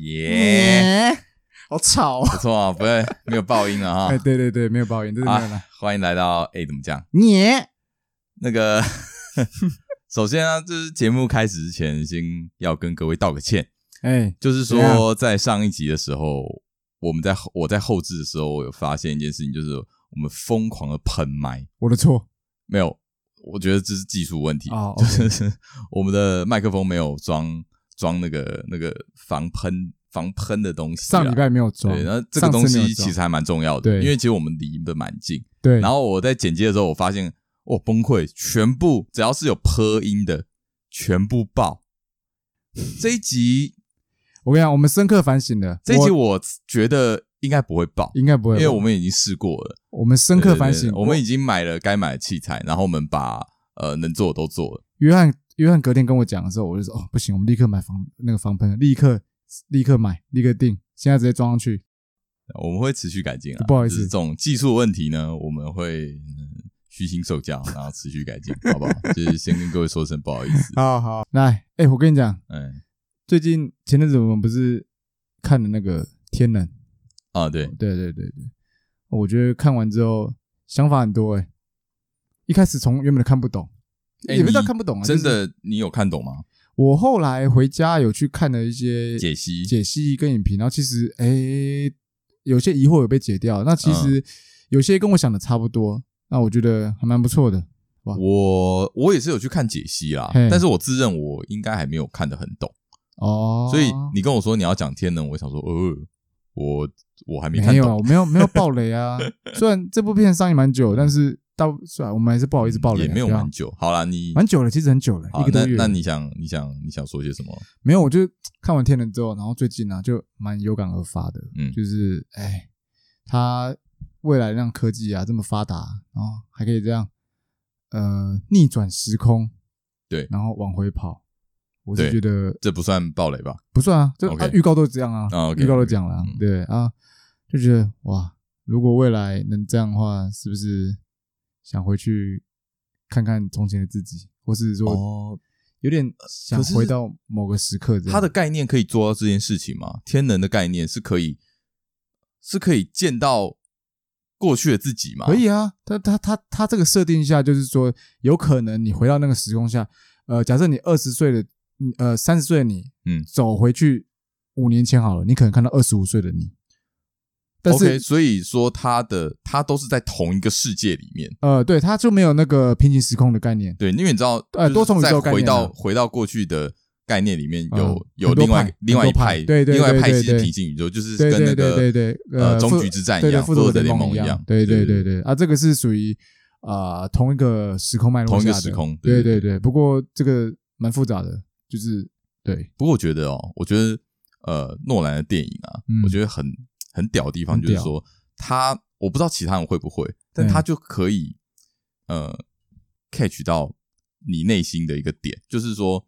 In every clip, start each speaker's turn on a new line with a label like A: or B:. A: 嗯好吵啊！
B: 不错啊，不会没有爆音了啊
A: 哎，。对对对，没有抱怨，真的没有
B: 啊
A: 来。，
B: 欢迎来到哎，怎么讲？
A: 你
B: 那个， 首先啊，就是节目开始之前，先要跟各位道个歉，
A: 哎，
B: 就是
A: 怎
B: 说
A: 样
B: 在上一集的时候，我们在后我在后置的时候，我有发现一件事情，就是我们疯狂的喷麦，
A: 我的错
B: 没有，我觉得这是技术问题，
A: 哦
B: 就
A: OK
B: 是啊我们的麦克风没有装装那个那个防喷防喷的东西啊。
A: 上礼拜没有装，
B: 对，然后这个东
A: 上次没有
B: 西
A: 装
B: 其实还蛮重要的，
A: 对
B: 因为其实我们离得蛮近。
A: 对，
B: 然后我在剪接的时候，我发现我崩溃，全部只要是有坡音的，全部爆。这一集
A: 我跟你讲，我们深刻反省了，
B: 这一集
A: 我
B: 我觉得应该不会爆，
A: 应该不会
B: 因
A: 吧，
B: 为我们已经试过了，
A: 我们深
B: 对
A: 刻
B: 对
A: 反
B: 对
A: 省，
B: 我们已经买了该买的器材，然后我们把呃能做的都做了。
A: 约翰约翰隔天跟我讲的时候，我就说哦不行，我们立刻买防那个防喷，立刻立刻买，立刻订，现在直接装上去。
B: 我们会持续改进啊，
A: 不好意思
B: 就是这种技术问题呢，我们会嗯虚心受教，然后持续改进，好 不好？就是先跟各位说声不好意思，
A: 好好，来，哎，我跟你讲，
B: 嗯
A: 最近前阵子我们不是看了那个《天能》，
B: 啊，对，
A: 对对对对，我觉得看完之后想法很多哎、一开始从原本的看不懂，
B: 哎
A: 也不知道
B: 你
A: 看不懂啊，
B: 真
A: 就是
B: 的你有看懂吗？
A: 我后来回家有去看了一些
B: 解析
A: 解析跟影评，然后其实诶、有些疑惑有被解掉，那
B: 嗯
A: 其实有些跟我想的差不多，那我觉得还蛮不错的。吧
B: 我我也是有去看解析啦
A: 嘿，
B: 但是我自认我应该还没有看得很懂，
A: 哦，
B: 所以你跟我说你要讲天能，我想说，呃，我我还没看
A: 没有啊，
B: 懂，
A: 我没有没 有爆雷啊。虽然这部片上映蛮久，但是大部虽然我们还是不好意思爆雷啊、
B: 嗯也没有
A: 对啊
B: 蛮久。好啦，你
A: 蛮久了，其实很久了，
B: 好
A: 一个
B: 那
A: 多月
B: 那
A: 了。
B: 你想你想你想说些什么？
A: 没有，我就看完《天人》之后，然后最近呢、就蛮有感而发的，
B: 嗯
A: 就是哎，他未来让科技啊这么发达，然后还可以这样呃逆转时空，
B: 对
A: 然后往回跑，我是
B: 对
A: 觉得
B: 这不算暴雷吧？
A: 不算啊，这
B: OK
A: 啊预告都这样啊，
B: 啊，OK，
A: 预告都讲了啊、
B: OK，嗯
A: 对啊，就觉得哇，如果未来能这样的话，是不是想回去看看从前的自己，或是说
B: 哦，
A: 有点想
B: 可是
A: 回到某个时刻这样？
B: 它的概念可以做到这件事情吗？天能的概念是可以是可以见到过去的自己吗？
A: 可以啊，他他他他这个设定下，就是说，有可能你回到那个时空下，呃，假设你二十岁的，嗯呃，三十岁的你，
B: 嗯
A: 走回去五年前好了，你可能看到二十五岁的你，但是
B: OK，所以说它的它都是在同一个世界里面。
A: 呃，对，他就没有那个平行时空的概念，
B: 对，因为你知道，
A: 呃
B: 就是
A: 多重宇
B: 在
A: 宙概念
B: 回到
A: 啊
B: 回到过去的概念里面有，有、
A: 嗯很多
B: 另外
A: 派
B: 另外
A: 很
B: 一
A: 多派
B: 派，
A: 对对
B: 另外一
A: 对
B: 派
A: 对
B: 其实
A: 对
B: 平行宇宙，就是
A: 对
B: 跟
A: 对
B: 那个
A: 对对对
B: 呃
A: 呃
B: 终
A: 复
B: 局之战一
A: 对对，
B: 样，
A: 复
B: 复仇
A: 仇
B: 者
A: 者
B: 联
A: 联
B: 盟
A: 盟
B: 一样，
A: 对对
B: 对
A: 对对啊，这个是属于啊同一个时空脉络
B: 同一个
A: 下的
B: 时空对
A: 对
B: 对
A: 对对，不过这个蛮复杂的，就是对，
B: 不过我觉得哦，我觉得呃，诺兰的电影啊，
A: 嗯
B: 我觉得很很屌的地方
A: 很
B: 就是
A: 屌
B: 说，他我不知道其他人会不会，但
A: 嗯
B: 他就可以、呃 catch 到你内心的一个点，就是说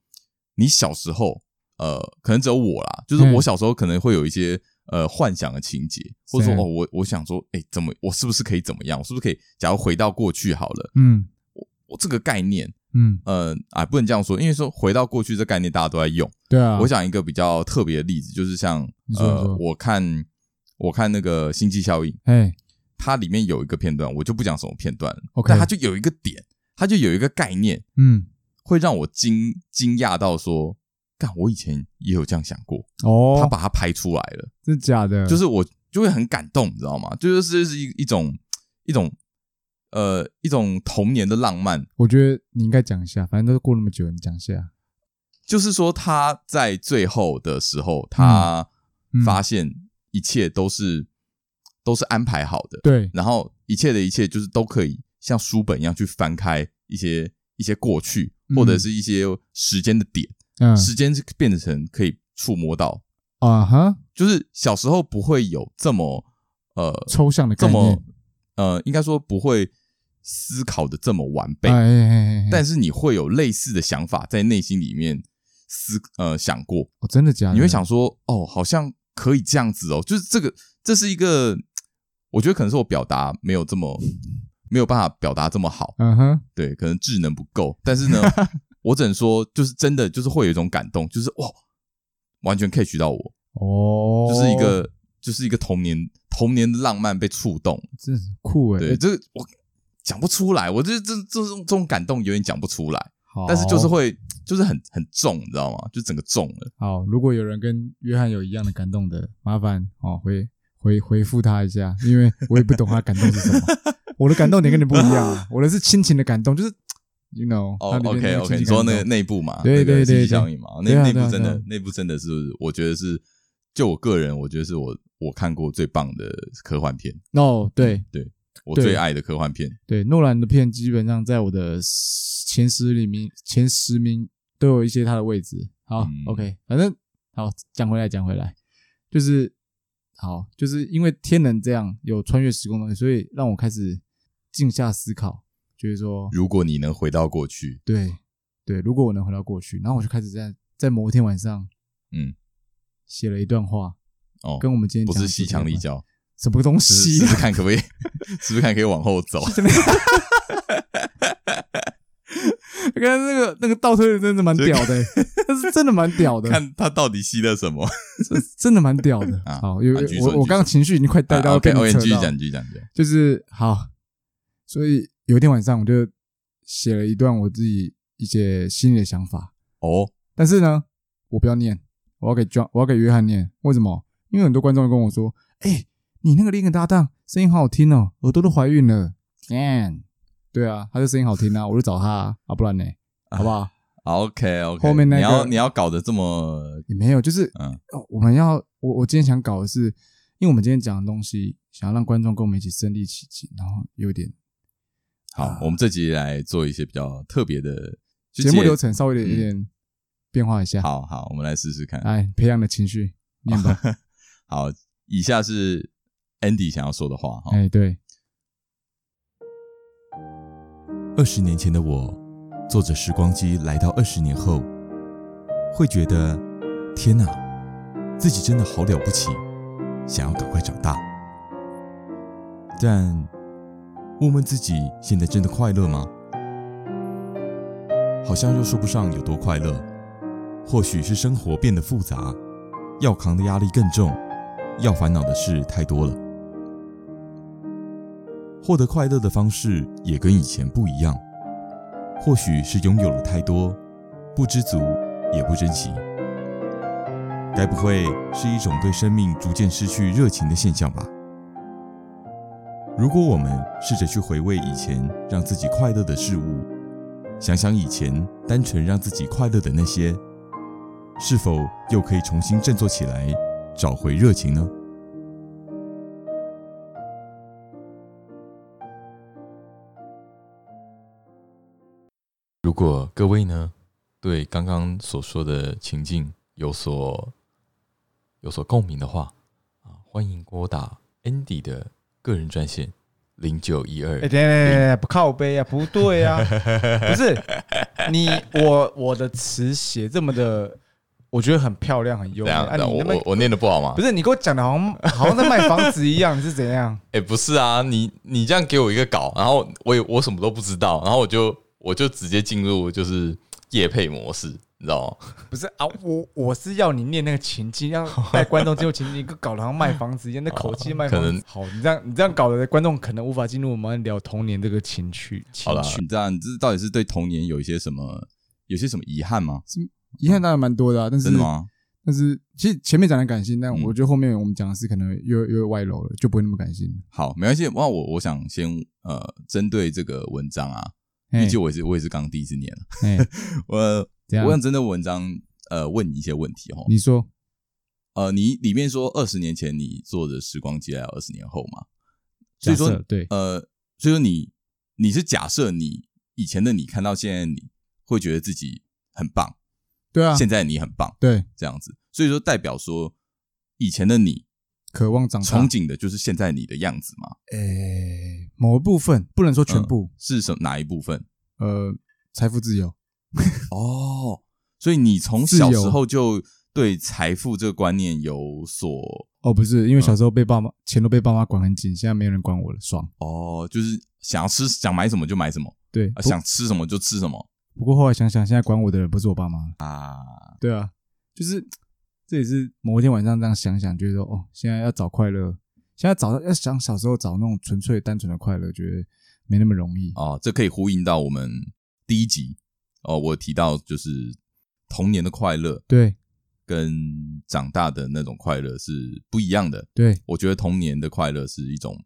B: 你小时候呃，可能只有我啦，就是
A: 嗯
B: 我小时候可能会有一些。呃，幻想的情节，或者说，
A: 是
B: 哦，我我想说，哎、怎么，我是不是可以怎么样？我是不是可以，假如回到过去好了，
A: 嗯
B: 我这个概念，
A: 嗯，
B: 呃，啊，不能这样说，因为说回到过去这概念大家都在用，
A: 对啊，
B: 我想一个比较特别的例子，就是像
A: 你说你
B: 呃
A: 说，
B: 我看我看那个《星际效应》，
A: 哎。
B: 它里面有一个片段，我就不讲什么片段了
A: OK
B: 但它就有一个点，它就有一个概念，
A: 嗯，
B: 会让我惊惊讶到说，干，我以前也有这样想过。
A: 哦，嗯
B: 他把它拍出来了，
A: 真的假的？
B: 就是我就会很感动，你知道吗？就就是是一一种一种呃一种童年的浪漫，
A: 我觉得你应该讲一下，反正都过那么久，你讲一下。
B: 就是说他在最后的时候，他
A: 嗯嗯
B: 发现一切都是、都是安排好的，
A: 对，
B: 然后一切的一切就是都可以像书本一样去翻开一些一些过去，
A: 嗯
B: 或者是一些时间的点，
A: 嗯
B: 时间是变成可以触摸到，
A: 啊哈，
B: 就是小时候不会有这么呃
A: 抽象的
B: 这
A: 概
B: 么
A: 念，
B: 呃，应该说不会思考的这么完备
A: 哎，哎哎哎，
B: 但是你会有类似的想法在内心里面思呃想过。
A: 哦，真的假的？
B: 你会想说，哦，好像可以这样子哦，就是这个，这是一个，我觉得可能是我表达没有这么没有办法表达这么好，
A: 嗯哼，
B: 对，可能智能不够，但是呢，我只能说，就是真的，就是会有一种感动，就是哇，完全 catch 到我，
A: 哦，
B: 就是一个就是一个童年童年的浪漫被触动。
A: 真是酷哎、
B: 对，
A: 欸！
B: 这个我讲不出来，我这这这种这种感动有点讲不出来，
A: 好，
B: 但是就是会就是很很重，你知道吗？就整个重了。
A: 好。如果有人跟约翰有一样的感动的，麻烦哦回回回复他一下，因为我也不懂他感动是什么。 我的感动点跟你不一样啊，我的是亲情的感动，就是 you know，
B: 哦
A: 它里面
B: ，OK
A: 啊那个
B: OK，
A: 亲
B: 你
A: 情
B: 说
A: 感
B: 那个
A: 动
B: 内部嘛，
A: 对
B: 那个
A: 对
B: 信
A: 对
B: 息效
A: 对
B: 应嘛，
A: 对
B: 那
A: 啊
B: 内
A: 对啊
B: 部真
A: 对啊
B: 的内部真的是，我觉得是就我个人，我觉得是我我看过最棒的科幻片，嗯
A: 哦，对
B: 我
A: 对
B: 最爱的科幻片。
A: 对，诺兰的片基本上在我的十前十里面，前十名都有一些他的位置。好、
B: 嗯
A: o k 反正好讲回来，讲回来，就是好，就是因为天能这样有穿越时空的东西，所以让我开始静下思考，觉得说，
B: 如果你能回到过去，
A: 对对，如果我能回到过去，然后我就开始在在某一天晚上
B: 嗯，
A: 写了一段话，
B: 哦，
A: 跟我们今天
B: 不
A: 讲
B: 是
A: 的
B: 西
A: 主题有
B: 墙立
A: 关
B: 交，
A: 什么东
B: 试
A: 西
B: 试
A: 啊、
B: 看可 不可以，试试看可以往后走。
A: 刚刚那个那个倒推的真的蛮
B: 就是
A: 屌的、 欸，那是真的蛮屌的。
B: 看他到底吸了什么？
A: 这真的蛮屌的。
B: 啊
A: 好，因
B: 啊
A: 为
B: 举手
A: 我我
B: 举
A: 刚刚
B: 手
A: 情绪已经快 带到
B: 啊 OK
A: 被你
B: OK，
A: 扯
B: 继续
A: 到，
B: 讲，继续讲，对，
A: 就是好，所以有一天晚上我就写了一段我自己一些心里的想法，
B: 哦，
A: 但是呢，我不要念，我要给 John，我要给约翰念，为什么？因为很多观众跟我说，哎、你那个另一个搭档声音好好听哦，耳朵都怀孕了，man。对啊，他就声音好 听啊，我就找他啊，啊不然呢，好不好？
B: OK OK，
A: 后面那
B: 你要
A: 个
B: 你要搞得这么
A: 也没有，就是
B: 嗯
A: 哦我们要我我今天想搞的是，因为我们今天讲的东西，想要让观众跟我们一起身临其境，然后有点
B: 好、我们这集来做一些比较特别的
A: 啊
B: 就
A: 节目
B: 借
A: 流程稍微有
B: 嗯
A: 点有点变化一下，，
B: 好好，我们来试试看。
A: 来培养你的情绪，念 吧，
B: 好，以下是 Andy 想要说的话哈。
A: 哎，对，
C: 二十年前的我，坐着时光机来到二十年后，会觉得天哪，自己真的好了不起，想要赶快长大。但问问自己，现在真的快乐吗？好像又说不上有多快乐，或许是生活变得复杂，要扛的压力更重，要烦恼的事太多了。获得快乐的方式也跟以前不一样，或许是拥有了太多，不知足也不珍惜。该不会是一种对生命逐渐失去热情的现象吧？如果我们试着去回味以前让自己快乐的事物，想想以前单纯让自己快乐的那些，是否又可以重新振作起来，找回热情呢？
D: 如果各位呢对刚刚所说的情境有所有所共鸣的话啊，欢迎拨打 Andy 的个人专线零九一二
E: 哎、。等一下等一下等一下，不靠背啊，不对啊，不是你我我的词写这么的，我觉得很漂亮，很
D: 怎
E: 优美。
D: 样？
E: 啊，
D: 怎样我
E: 你那边
D: 我我念的不好吗
E: 不？是你给我讲的，好像好像在卖房子一样，你是怎样？
D: 哎、不是啊，你你这样给我一个稿，然后我也我什么都不知道，然后我就我就直接进入就是夜配模式，你知道吗？
E: 不是啊，我我是要你念那个情境，让带观众进入情境，你搞得好像卖房子一样，那口气卖
D: 哦
E: 房
D: 可
E: 子
D: 能。
E: 好，你这样你这样搞得观众可能无法进入我们聊童年这个情绪。情
D: 好啦
E: 绪
B: 你知道你这到底是对童年有一些什么有些什么遗憾吗？
A: 遗憾当然蛮多的、啊，但是
B: 真的吗？
A: 但是其实前面讲的感性，但
B: 嗯
A: 我觉得后面我们讲的是可能又又外露了，就不会那么感性了。
B: 好，没关系。那我我想先呃，针对这个文章啊，
A: 哎
B: 毕竟我也是我也是刚第一次念啊，
A: 哎，
B: 我
A: 怎样
B: 我想针对文章呃问你一些问题哦。
A: 你说
B: 呃，你里面说二十年前你坐着时光机来到二十年后嘛， 所
A: 假
B: 以说
A: 设对，
B: 呃，所以说你你是假设你以前的你看到现在的你会觉得自己很棒，
A: 对啊，
B: 现在的你很棒
A: 对，
B: 这样子，所以说代表说以前的你
A: 渴望长大
B: 憧，憬的就是现在你的样子嘛？
A: 哎，某一部分不能说
B: 呃
A: 全部，
B: 是什哪一部分？
A: 呃，财富自由，
B: 哦，所以你从
A: 自
B: 小
A: 由
B: 时候就对财富这个观念有所
A: 哦，不是，
B: 呃
A: 因为小时候被爸妈、钱都被爸妈管很紧，现在没有人管我了，爽。
B: 哦，就是想要吃想买什么就买什么，
A: 对，
B: 啊
A: 不
B: 想吃什么就吃什么
A: 不过后来想想，现在管我的人不是我爸妈了
B: 啊。
A: 对啊，就是这也是某一天晚上这样想想，觉得说哦，现在要找快乐，现在找到要想小时候找那种纯粹单纯的快乐，觉得没那么容易。
B: 哦，这可以呼应到我们第一集哦，我提到就是童年的快乐
A: 对
B: 跟长大的那种快乐是不一样的。
A: 对
B: 我觉得童年的快乐是一种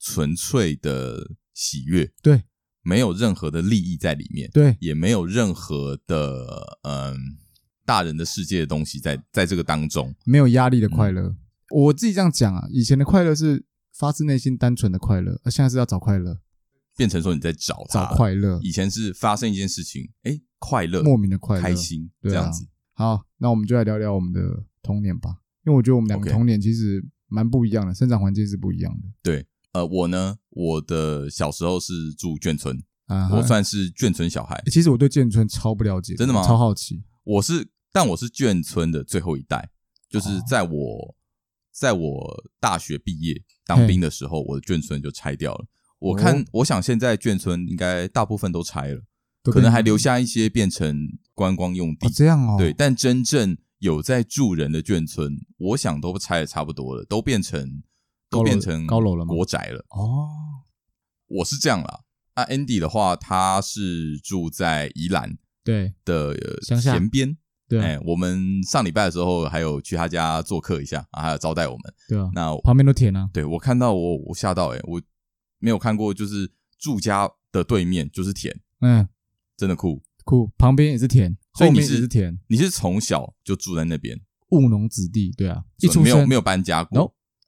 B: 纯粹的喜悦，
A: 对，
B: 没有任何的利益在里面，
A: 对
B: 也没有任何的嗯大人的世界的东西在在这个当中。
A: 没有压力的快
B: 嗯
A: 乐。我自己这样讲啊，以前的快乐是发自内心单纯的快乐，而啊现在是要找快乐，
B: 变成说你在找它
A: 找快乐，
B: 以前是发生一件事情，哎，快乐，
A: 莫名的快乐，
B: 开心
A: 对
B: 这
A: 啊
B: 样子。
A: 好，那我们就来聊聊我们的童年吧，因为我觉得我们两个
B: OK
A: 童年其实蛮不一样的，生长环境是不一样的
B: 呃，我呢，我的小时候是住眷村，
A: 啊。
B: 我算是眷村小孩
A: 欸，其实我对建村超不了解，
B: 真的吗
A: 超好奇。
B: 我是，但我是眷村的最后一代，就是
A: 哦
B: 在我在我大学毕业当兵的时候，我的眷村就拆掉了。
A: 哦
B: 我看，我想现在眷村应该大部分都拆了，
A: 都
B: 可能
A: 变
B: 还留下一些变成观光用地
A: 哦。这样哦，
B: 对，，但真正有在住人的眷村，我想都拆的差不多了，都变成
A: 高
B: 都
A: 楼
B: 变成
A: 高楼了吗
B: 国宅了。
A: 哦，
B: 我是这样啦。那、Andy 的话，他是住在宜兰
A: 对
B: 的、呃
A: 乡下
B: 前边。
A: 对
B: 哎、
A: 啊
B: 我们上礼拜的时候还有去他家做客一下啊，还有招待我们。
A: 对啊，
B: 那我
A: 旁边都田啊，
B: 对我看到我我吓到哎、我没有看过，就是住家的对面就是田，
A: 嗯，
B: 真的酷。
A: 酷，旁边也是田，
B: 所以
A: 后
B: 你
A: 面
B: 是
A: 也是田，
B: 你是从小就住在那边，
A: 务农子弟，对啊，一出
B: 没有
A: 生
B: 没有搬家过。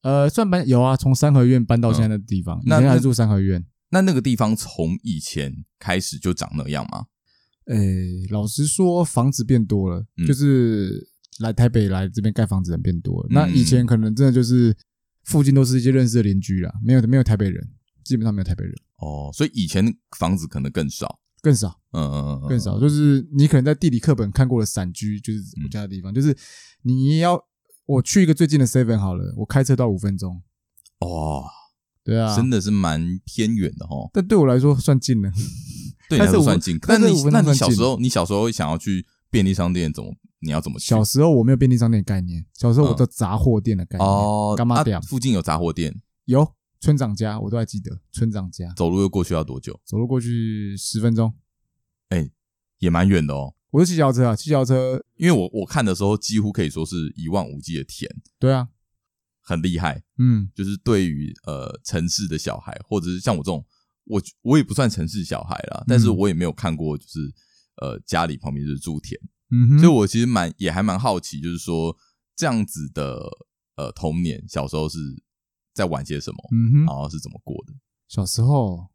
A: No 呃，算搬有啊，从三合院搬到现在的地方，以
B: 那
A: 前还
B: 那
A: 住三合院。
B: 那那个地方从以前开始就长那样吗？
A: 诶，哎老实说，房子变多了，
B: 嗯
A: 就是来台北来这边盖房子的人变多了。那
B: 嗯
A: 以前可能真的就是附近都是一些认识的邻居啦，没有没有台北人，基本上没有台北人，
B: 哦，所以以前房子可能更少，
A: 更少
B: 嗯嗯嗯，
A: 更少。就是你可能在地理课本看过的散居，就是我家的地方，就是你要我去一个最近的 seven 好了，我开车到五分钟，
B: 哦，
A: 对啊，
B: 真的是蛮偏远的哦。
A: 但对我来说算近了。
B: 对你
A: 但
B: 来
A: 是
B: 说
A: 我
B: 算近，
A: 但
B: 但
A: 是
B: 你
A: 五分
B: 那
A: 钟算
B: 你小
A: 近
B: 时候，你小时候想要去便利商店，怎么你要怎么去？
A: 小时候我没有便利商店的概念，小时候我的杂货店的概念，
B: 嗯哦，
A: 干嘛
B: 啊
A: 店
B: 附近有杂货店，
A: 有村长家，我都还记得村长家。
B: 走路又过去要多久？
A: 走路过去十分钟。
B: 也蛮远的哦。
A: 我是骑脚车啊，骑脚车，
B: 因为我我看的时候，几乎可以说是一望无际的田，
A: 对啊，
B: 很厉害。
A: 嗯，
B: 就是对于呃城市的小孩，或者是像我这种，我我也不算城市小孩啦，但
A: 嗯
B: 是我也没有看过，就是呃家里旁边就是住田，
A: 嗯哼，
B: 所以我其实蛮也还蛮好奇，就是说这样子的呃童年，小时候是在玩些什么，
A: 嗯
B: 然
A: 哼，
B: 后是怎么过的？
A: 小时候，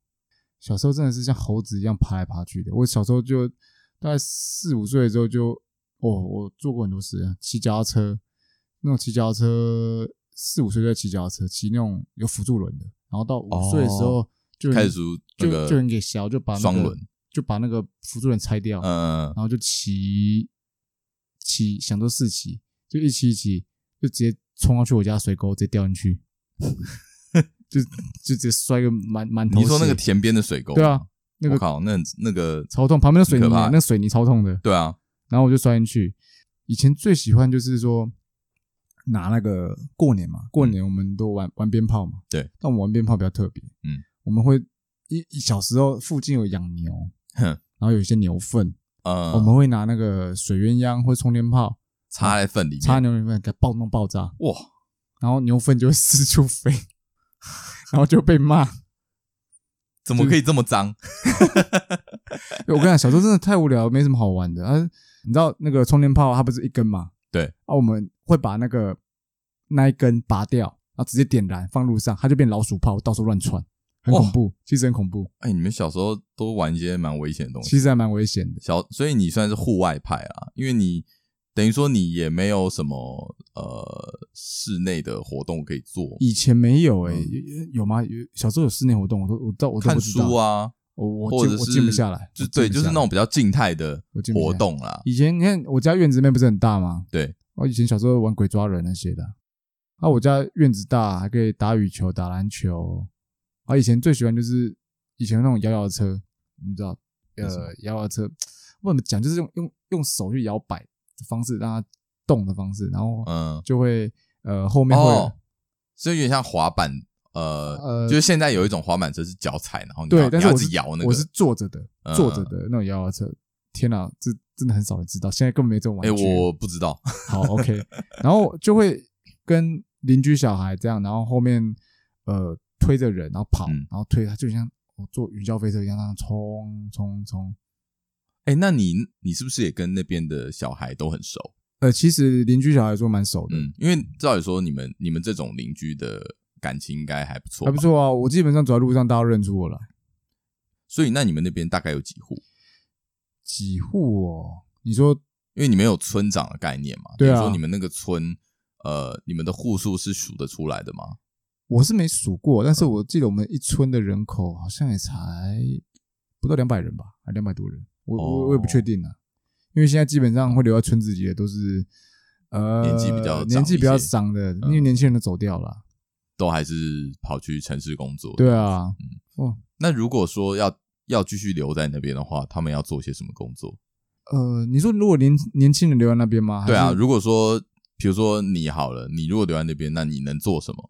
A: 小时候真的是像猴子一样爬来爬去的。我小时候就大概四五岁的时候就，哦，我做过很多事啊，骑脚踏车，那种骑脚踏车，四五岁就在骑脚踏车，骑那种有辅助轮的，然后到五岁的时候就
B: 开始出那
A: 就
B: 个
A: 就人给削，就把那个
B: 双轮，
A: 就把那个辅助轮拆掉，
B: 嗯
A: 然，后就骑骑，想说四骑，就一骑一骑，就直接冲上去我家水沟，直接掉进去， 就就直接摔个满满头血。
B: 你说那个田边的水沟吗，
A: 嗯对啊那
B: 我
A: 个
B: 靠，那那个
A: 超痛，旁边的水泥
B: 很可
A: 啊，
B: 怕
A: 那个水泥超痛的。
B: 对啊，
A: 然后我就摔进去。以前最喜欢就是说拿那个过年嘛，过年我们都玩玩鞭炮嘛，
B: 嗯对，
A: 但我们玩鞭炮比较特别，
B: 嗯，
A: 我们会一一小时候附近有养牛，
B: 哼
A: 然后有一些牛粪，
B: 呃，
A: 我们会拿那个水鸳鸯或充电炮。
B: 插在粪里面，
A: 插牛粪给它爆弄爆炸，
B: 哇，
A: 然后牛粪就会四处飞， 然后就被骂。
B: 怎么可以这么脏？
A: 我跟你讲，小时候真的太无聊，没什么好玩的。啊，你知道那个充电炮它不是一根嘛？
B: 对
A: 啊，我们会把那个那一根拔掉，然后直接点燃放路上，它就变老鼠炮，到处乱窜，很恐怖，其实很恐怖，
B: 哎，你们小时候都玩一些蛮危险的东西，
A: 其实还蛮危险的。
B: 小，所以你算是户外派啊，因为你等于说你也没有什么呃室内的活动可以做，
A: 以前没有哎、有有吗？有小时候有室内活动，我都我到我都
B: 嗯看
A: 不知道
B: 书，啊，
A: 我我
B: 或
A: 静
B: 者
A: 我
B: 是
A: 静不下来，
B: 就
A: 我静不
B: 对，就是
A: 下
B: 那
A: 来
B: 种比较静态的
A: 我静不下
B: 活
A: 来
B: 动啦。
A: 以前你看我家院子里面不是很大吗？
B: 对，
A: 我以前小时候玩鬼抓人那些的啊。啊，我家院子大，还可以打羽球、打篮球。啊，以前最喜欢就是以前那种摇摇车，你知道，呃，摇摇车，我怎么讲，就是用用用手去摇摆的方式让它动的方式，然后
B: 嗯，
A: 就会呃后面会有、
B: 哦，所以有点像滑板，呃，
A: 呃
B: 就是现在有一种滑板车是脚踩，然后你
A: 对
B: 要
A: 但
B: 你
A: 是
B: 要
A: 我
B: 自己
A: 是
B: 摇那个，
A: 我是坐着的
B: 嗯
A: 坐着的那种摇摇车。天哪，这真的很少人知道，现在根本没这种玩
B: 哎，
A: 具。
B: 我不知道，
A: 好 OK，然后就会跟邻居小孩这样，然后后面呃推着人，然后跑，
B: 嗯
A: 然后推他，就像我坐云霄飞车一样，那样冲冲冲。
B: 哎，那你你是不是也跟那边的小孩都很熟？
A: 呃，其实邻居小孩说蛮熟的，
B: 嗯，因为照理说你们你们这种邻居的感情应该还不错，
A: 还不。错啊。我基本上走在路上，大家都认出我来。
B: 所以那你们那边大概有几户？
A: 几户哦？你说
B: 因为你们有村长的概念嘛，
A: 对啊
B: 比如说你们那个村，呃，你们的户数是数得出来的吗？
A: 我是没数过，但是
B: 嗯
A: 我记得我们一村的人口好像也才不到两百人吧，还两百多人，我我我也不
B: 哦
A: 确定啊，因为现在基本上会留在村子里的都是呃
B: 年纪比较长
A: 年纪比较
B: 一些嗯
A: 长的，因为年轻人都走掉了啊。
B: 都还是跑去城市工作？
A: 对。啊，
B: 那如果说要要继续留在那边的话，他们要做些什么工作？
A: 呃，你说如果年年轻人留在那边吗？还是
B: 对啊，，如果说比如说你好了，你如果留在那边，那你能做什么？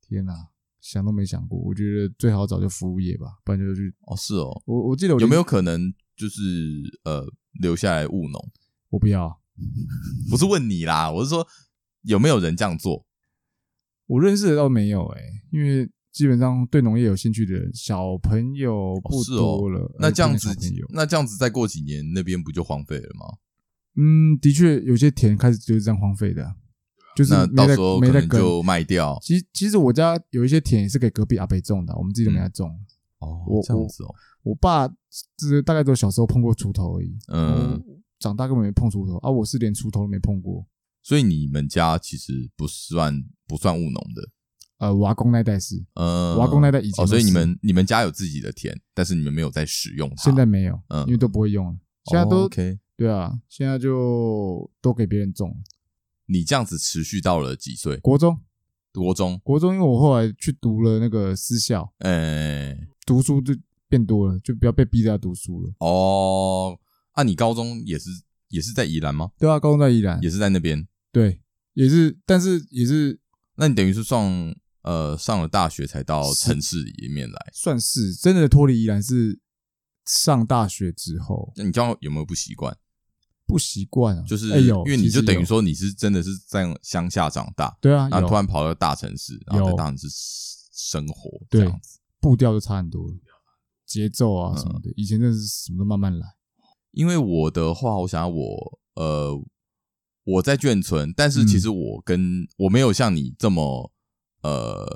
A: 天哪、想都没想过，我觉得最好找就服务业吧，不然就去。
B: 哦，是哦，
A: 我我记得我
B: 有没
A: 有
B: 有可能就是呃留下来务农？
A: 我不要，啊
B: 不是问你啦，我是说有没有人这样做？
A: 我认识的倒没有哎、因为基本上对农业有兴趣的人小朋友不
B: 是哦
A: 多了。呃
B: 那这样
A: 不能
B: 子
A: 小朋友，
B: 那这样子再过几年，那边不就荒废了吗？
A: 嗯，的确有些田开始就是这样荒废的啊、就是
B: 那
A: 没
B: 到
A: 在
B: 时候
A: 没
B: 可
A: 在
B: 能
A: 耕。
B: 就卖掉。
A: 其实其实我家有一些田也是给隔壁阿伯种的啊，我们自己都没
B: 嗯
A: 在种。
B: 哦
A: 我，
B: 这样子哦，
A: 我爸就是大概只有小时候碰过锄头而已，
B: 嗯，
A: 我长大根本没碰锄头啊，我是连锄头都没碰过。
B: 所以你们家其实不算不算务农的，
A: 呃，我阿公那一代是，
B: 嗯，
A: 我阿公那代以前
B: 哦，
A: 都
B: 所以你
A: 是
B: 们你们家有自己的田，但是你们没有在使用它，
A: 现在没有，
B: 嗯
A: 因为都不会用了，现在都、
B: 哦 OK。
A: 对啊，现在就都给别人种了。
B: 你这样子持续到了几岁？
A: 国中，
B: 国中，
A: 国中，因为我后来去读了那个私校，
B: 哎、
A: 读书就变多了，就不要被逼着要读书了。
B: 哦，啊，你高中也是也是在宜兰吗？
A: 对啊，高中在宜兰，
B: 也是在那边？
A: 对，也是，但是也是
B: 那你等于是上呃上了大学才到
A: 是
B: 城市里面来，
A: 算是真的脱离宜兰是上大学之后
B: 那你这样有没有不习惯？
A: 不习惯啊，
B: 就是、
A: 哎有，
B: 因为你
A: 其实
B: 就等于
A: 有
B: 说你是真的是在乡下长大，
A: 对啊，
B: 然后
A: 有
B: 突然跑到大城市，然后在
A: 有
B: 大城市生活这
A: 对
B: 样子。
A: 步调就差很多了，节奏啊什
B: 嗯
A: 么的，以前真的是什么都慢慢来。
B: 因为我的话，我想要我呃我在眷村，但是
A: 嗯
B: 其实我跟、我没有像你这么呃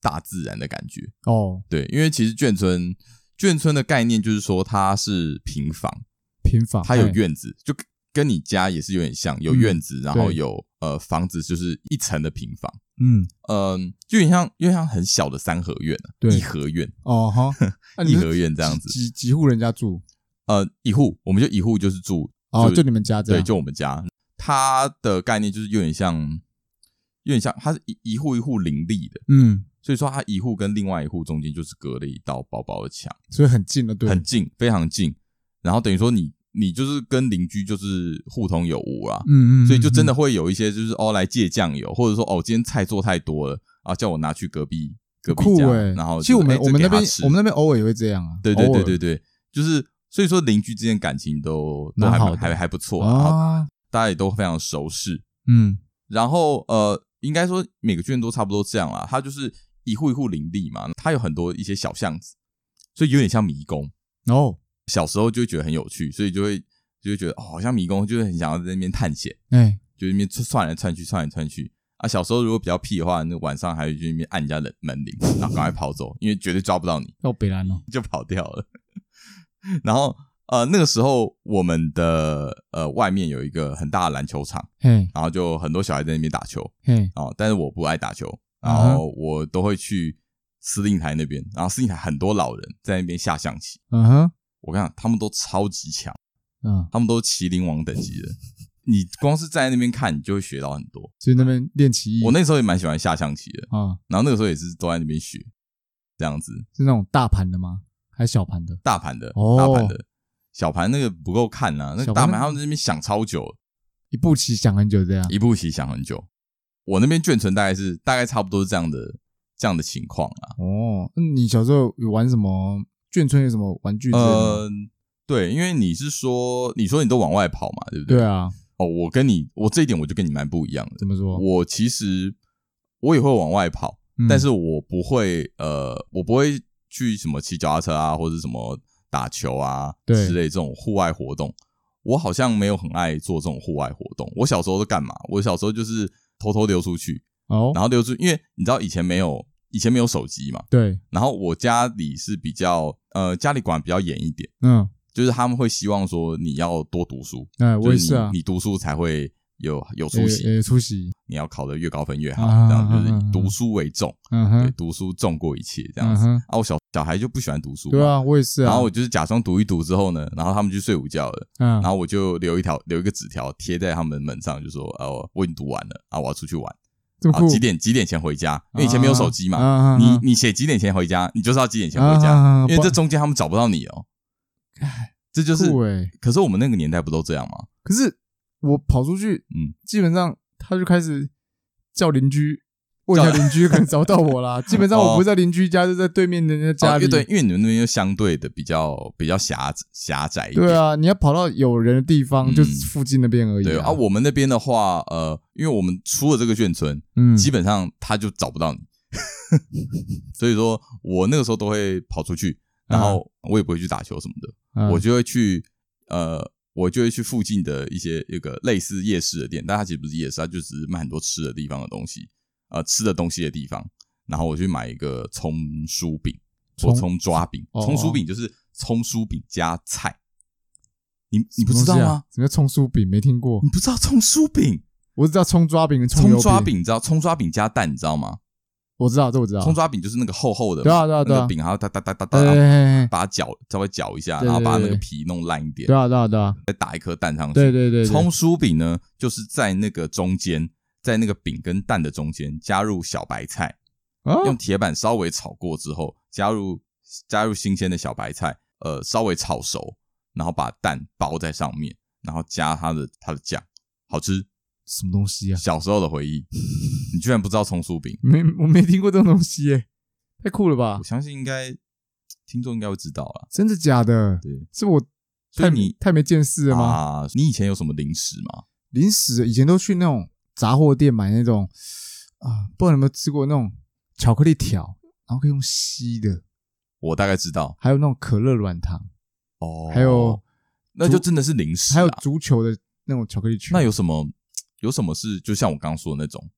B: 大自然的感觉，
A: 哦，
B: 对，因为其实眷村眷村的概念就是说它是平房，
A: 平房，
B: 它有
A: 哎嗯
B: 院子，就跟跟你家也是有点像，有院子，然后
A: 对
B: 有呃房子，就是一层的平房，
A: 嗯，
B: 嗯、就有点像有点像很小的三合院啊，
A: 对
B: 一合院，
A: 哦 哈，那
B: 一
A: 你们
B: 合院这样子，
A: 几几几户人家住？
B: 呃，一户，我们就一户就是住
A: 哦，
B: 就
A: 就你们家这
B: 对，
A: 样？
B: 就我们家，它的概念就是有点像，有点像，它是一一户一户林立的，
A: 嗯，
B: 所以说它一户跟另外一户中间就是隔了一道薄薄的墙，
A: 所以很近了，对，
B: 很近，非常近。然后等于说你你就是跟邻居就是互通有无啊，
A: 嗯嗯，
B: 所以就真
A: 的
B: 的会有一些就是哦来借酱油，或者说哦今天菜做太多了啊，叫我拿去隔壁隔壁
A: 酷
B: 家，
A: 哎。
B: 然后
A: 其实我们
B: 就是哎
A: 我们
B: 这
A: 那
B: 给他
A: 边
B: 吃
A: 我们那边偶尔也会这样啊，
B: 对对
A: 偶
B: 对
A: 尔
B: 对对，就是所以说邻居之间感情都都
A: 蛮
B: 还
A: 好的
B: 还还不错啊，然后
A: 啊，
B: 大家也都非常熟识。
A: 嗯
B: 然后呃，应该说每个眷都差不多这样啦，它就是一户一户林立嘛，它有很多一些小巷子，所以有点像迷宫。
A: 哦，
B: 小时候就会觉得很有趣，所以就会就会觉得哦，好像迷宫，就是很想要在那边探险，
A: 哎，
B: 就那边窜来窜去，窜来窜去。啊，小时候如果比较屁的话，那晚上还会去那边按人家的门铃，然后赶快跑走，因为绝对抓不到你，
A: 到北兰哦，
B: 就跑掉了。然后呃，那个时候我们的呃外面有一个很大的篮球场，
A: 嘿
B: 然后就很多小孩在那边打球。
A: 嘿，
B: 哦，但是我不爱打球，然
A: 啊哈
B: 后我都会去司令台那边，然后司令台很多老人在那边下象棋，
A: 嗯哼，
B: 我看他们都超级强，
A: 嗯，
B: 他们都麒麟王等级的，你光是在那边看，你就会学到很多。
A: 所以那边练棋艺
B: 我那时候也蛮喜欢下象棋的，
A: 啊，
B: 然后那个时候也是都在那边学，这样子
A: 是那种大盘的吗？还是小盘的？
B: 大盘的、
A: 哦
B: 大盘的小盘那个不够看啊，那个
A: 小
B: 大
A: 盘
B: 盘
A: 那
B: 他们在那边想超久了，
A: 一步棋想很久这样。
B: 一步棋想很久。我那边眷村大概是大概差不多是这样的这样的情况啊。
A: 哦，那你小时候有玩什么眷村有什么玩具之类的吗？
B: 嗯，对，因为你是说你说你都往外跑嘛，对不对？
A: 对。啊，
B: 哦，我跟你我这一点我就跟你蛮不一样的。
A: 怎么说？
B: 我其实我也会往外跑，
A: 嗯
B: 但是我不会呃，我不会去什么骑脚踏车啊，或者什么打球啊
A: 对
B: 之类这种户外活动。我好像没有很爱做这种户外活动。我小时候都干嘛？我小时候就是偷偷溜出去，
A: 哦，
B: 然后溜出，因为你知道以前没有以前没有手机嘛，
A: 对，
B: 然后我家里是比较呃家里管比较严一点，
A: 嗯，
B: 就是他们会希望说你要多读书，
A: 哎，我也
B: 就是
A: 是啊
B: 你，你读书才会有有出
A: 也
B: 息，
A: 也出席，
B: 你要考得越高分越好，
A: 啊
B: 这样就
A: 啊
B: 是
A: 啊啊
B: 以读书为重，
A: 嗯
B: 对，
A: 哼，
B: 读书重过一切这样
A: 嗯
B: 子。
A: 哼，
B: 啊，我小小孩就不喜欢读书，
A: 对，啊，我也是啊。
B: 然后我就是假装读一读之后呢，然后他们就睡午觉了，
A: 嗯，
B: 然后我就留一条留一个纸条贴在他们门上，就说哦，我已经读完了啊，我要出去玩，
A: 这么
B: 啊，
A: 酷，啊
B: 几点几点前回家，因为以前没有手机嘛，
A: 嘛
B: 你你写几点前回家，你就是要几点前回家，
A: 家
B: 因为这中间他们找不到你哦。这就是，
A: 酷哎。
B: 可是我们那个年代不都这样吗？哦
A: 可是我跑出去，
B: 嗯，
A: 基本上他就开始叫邻居，问一下邻 居可能找到我啦。基本上我不是在邻居家，就在对面的人家家
B: 哦
A: 里。
B: 因为对，因为你们那边就相对的比较比较狭狭窄一点。
A: 对啊，你要跑到有人的地方，
B: 嗯
A: 就是附近那边而已。
B: 对啊，我们那边的话，呃，因为我们出了这个眷村，
A: 嗯，
B: 基本上他就找不到你， 所以说我那个时候都会跑出去，然后我也不会去打球什么的，
A: 嗯
B: 我就会去呃，我就会去附近的一些一个类似夜市的店，但它其实不是夜市，它就只是卖很多吃的地方的东西，呃，吃的东西的地方。然后我去买一个葱酥饼或
A: 葱
B: 葱抓饼，
A: 哦
B: 葱酥饼就是葱酥饼加菜，你你
A: 什
B: 不
A: 么
B: 知道
A: 东西啊
B: 吗？？
A: 什么叫葱酥饼？没听过
B: 你，不知道葱酥饼？
A: 我只知道葱抓饼跟
B: 葱
A: 油
B: 抓，饼，你知道葱抓饼加蛋，你知道吗？
A: 我知道，这我知道。
B: 葱抓饼就是那个厚厚的嘛，
A: 啊对啊对啊对啊
B: 那个饼还要哒哒哒哒哒，
A: 哎，哎
B: 然后
A: 哎哎
B: 把它搅稍微搅一下，
A: 对
B: 然后把
A: 对
B: 那个
A: 对
B: 皮弄烂一点
A: 对，啊，对啊，对啊，
B: 再打一颗蛋上去。
A: 对对对，对
B: 葱酥饼呢，就是在那个中间，在那个饼跟蛋的中间加入小白菜，
A: 啊，
B: 用铁板稍微炒过之后，加入加入新鲜的小白菜，呃，稍微炒熟，然后把蛋包在上面，然后加它的它的酱，好吃。
A: 什么东西啊？
B: 小时候的回 忆，你居然不知道葱酥饼？
A: 没，我没听过这种东西耶，太酷了吧
B: 我？相信应该听众应该会知道啦。
A: 真的假的？
B: 对，
A: 是我
B: 所
A: 太
B: 以你
A: 太没见识了吗？
B: 啊，你以前有什么零食吗？
A: 零食以前都去那种杂货店买那种啊，不知道你有没有吃过那种巧克力条，然后可以用吸的，
B: 我大概知道
A: 还有那种可乐软糖，
B: 哦
A: 还有
B: 那就真的是零食、啊，
A: 还有足球的那种巧克力球。
B: 那有什么有什么是就像我刚刚说的那种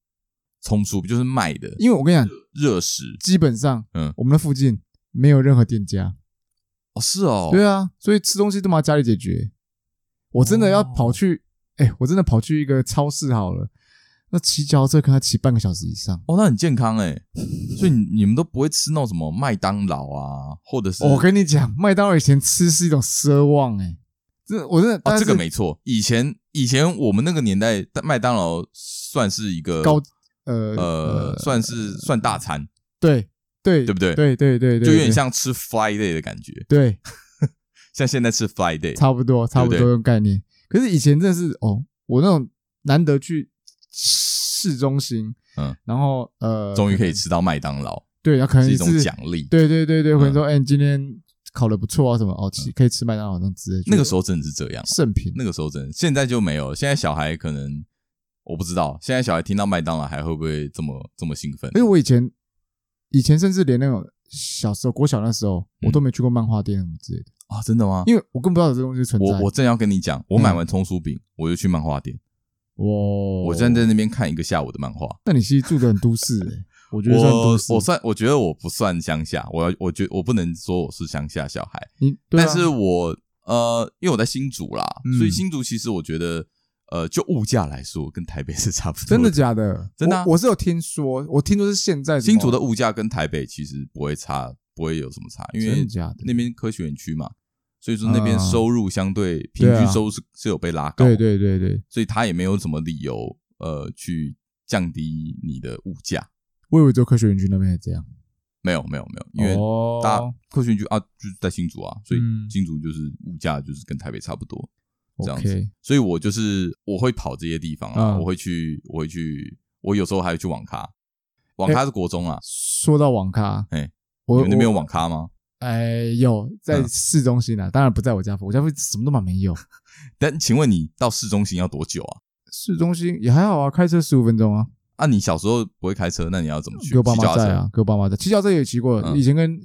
B: 葱酥饼，就是卖的
A: 因为我跟你讲，
B: 热食
A: 基本上
B: 嗯
A: 我们的附近没有任何店家，
B: 哦，是哦，
A: 对啊，所以吃东西都嘛家里解决。我真的
B: 哦
A: 要跑去，哎、我真的跑去一个超市好了，那骑脚踏车可能要骑半个小时以上。
B: 哦，那很健康哎、所以你你们都不会吃那种什么麦当劳啊，或者是
A: 哦我跟你讲，麦当劳以前吃是一种奢望、哎，这我真的，但
B: 哦，
A: 是
B: 这个没错，以前以前我们那个年代，麦当劳算是一个
A: 高呃
B: 呃，算是算大餐，
A: 对对
B: 对不对
A: 对对对对，
B: 就有点
A: 对
B: 像吃 Friday 的感觉，
A: 对，
B: 像现在吃 Friday，
A: 差不多差不多
B: 对不对
A: 这种概念。可是以前真的是哦，我那种难得去市中心，
B: 嗯，
A: 然后呃，
B: 终于可以
A: 能
B: 吃到麦当劳，
A: 对，然后可能
B: 是一
A: 是
B: 种奖励。
A: 对对对对，
B: 嗯
A: 或者说哎，你今天考的不错啊什么哦，吃可以吃麦当劳那种之类的。
B: 那个时候真的是这样，
A: 盛品，
B: 那个时候真的，现在就没有了。现在小孩可能我不知道，现在小孩听到麦当劳还会不会这么这么兴奋
A: 而？且我以前以前甚至连那种小时候国小那时候，
B: 嗯
A: 我都没去过漫画店什么之类的，
B: 啊，真的吗？
A: 因为我更不知道有这东西存在。嗯
B: 我我正要跟你讲，我买完葱酥饼，我就去漫画店，
A: 我
B: 我站在那边看一个下午的漫画。
A: 那你其实住的很都市、欸，我觉得算
B: 我
A: 都市。
B: 我算，我觉得我不算乡下，我要我觉我不能说我是乡下小孩，
A: 你，对啊
B: 但是我呃，因为我在新竹啦，
A: 嗯
B: 所以新竹其实我觉得，呃，就物价来说，跟台北 是差不多。
A: 真的假的？
B: 真的啊
A: 我，我是有听说，我听说是现在什么
B: 新竹的物价跟台北其实不会差，不会有什么差，因
A: 真
B: 为
A: 的假的
B: 那边科学园区嘛，所以说那边
A: 啊
B: 收入相对平
A: 对啊
B: 均收入是是有被拉高，
A: 对，对对对，
B: 所以他也没有什么理由呃去降低你的物价，
A: 我以为只有科学园区那边也这样，
B: 没有没有没有，因为
A: 哦
B: 大家科学园区啊就是在新竹啊，所以
A: 嗯
B: 新竹就是物价就是跟台北差不多，这样子。
A: OK，
B: 所以我就是我会跑这些地方啊，
A: 嗯
B: 我会去，我会去，我有时候还会去网咖，网咖是国中啊，
A: 说到网咖，
B: 哎
A: 我
B: 你们那边有
A: 我
B: 网咖吗？
A: 哎有在
B: 嗯
A: 市中心啊，当然不在我家附近，我家附近什么都嘛没有。
B: 但请问你到市中心要多久啊？
A: 市中心也还好啊，开车十五分钟啊。
B: 啊，你小时候不会开车，那你要怎么去？
A: 给我爸
B: 骑
A: 妈
B: 脚踏
A: 在
B: 车
A: 啊，，给我爸妈在。骑脚车也骑过，
B: 嗯
A: 以前跟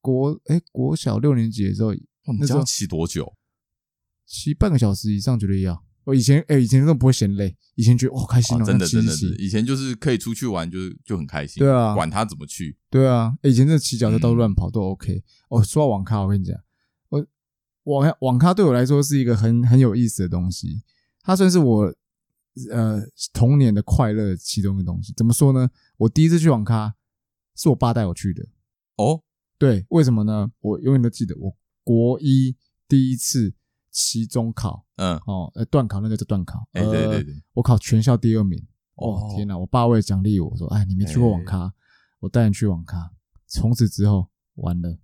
A: 国哎国小六年级的时候
B: 哇你
A: 那
B: 这
A: 时候
B: 样骑多久？
A: 骑半个小时以上绝对要。我以前哎以前真的不会嫌累，以前觉得哦开心
B: 啊
A: 哦，
B: 真
A: 那
B: 的
A: 骑
B: 真的，
A: 骑
B: 真的
A: 骑
B: 以前就是可以出去玩就，就很开心。
A: 对啊
B: 管他怎么去，
A: 对啊，哎以前真的骑脚车到处
B: 嗯
A: 乱跑都 OK。哦，说到网咖，我跟你讲，我网网咖对我来说是一个很很有意思的东西，它算是我呃童年的快乐其中一个东西。怎么说呢？我第一次去网咖是我爸带我去的。
B: 哦，
A: 对，为什么呢？我永远都记得，我国一第一次期中考
B: 嗯，
A: 哦，呃，段考那个叫段考，
B: 哎，对对
A: 呃，
B: 对，
A: 我考全校第二名。
B: 哦
A: 哦，天哪！我爸为了奖励我说：“哎，你没去过网咖，我带你去网咖。”从此之后，完了，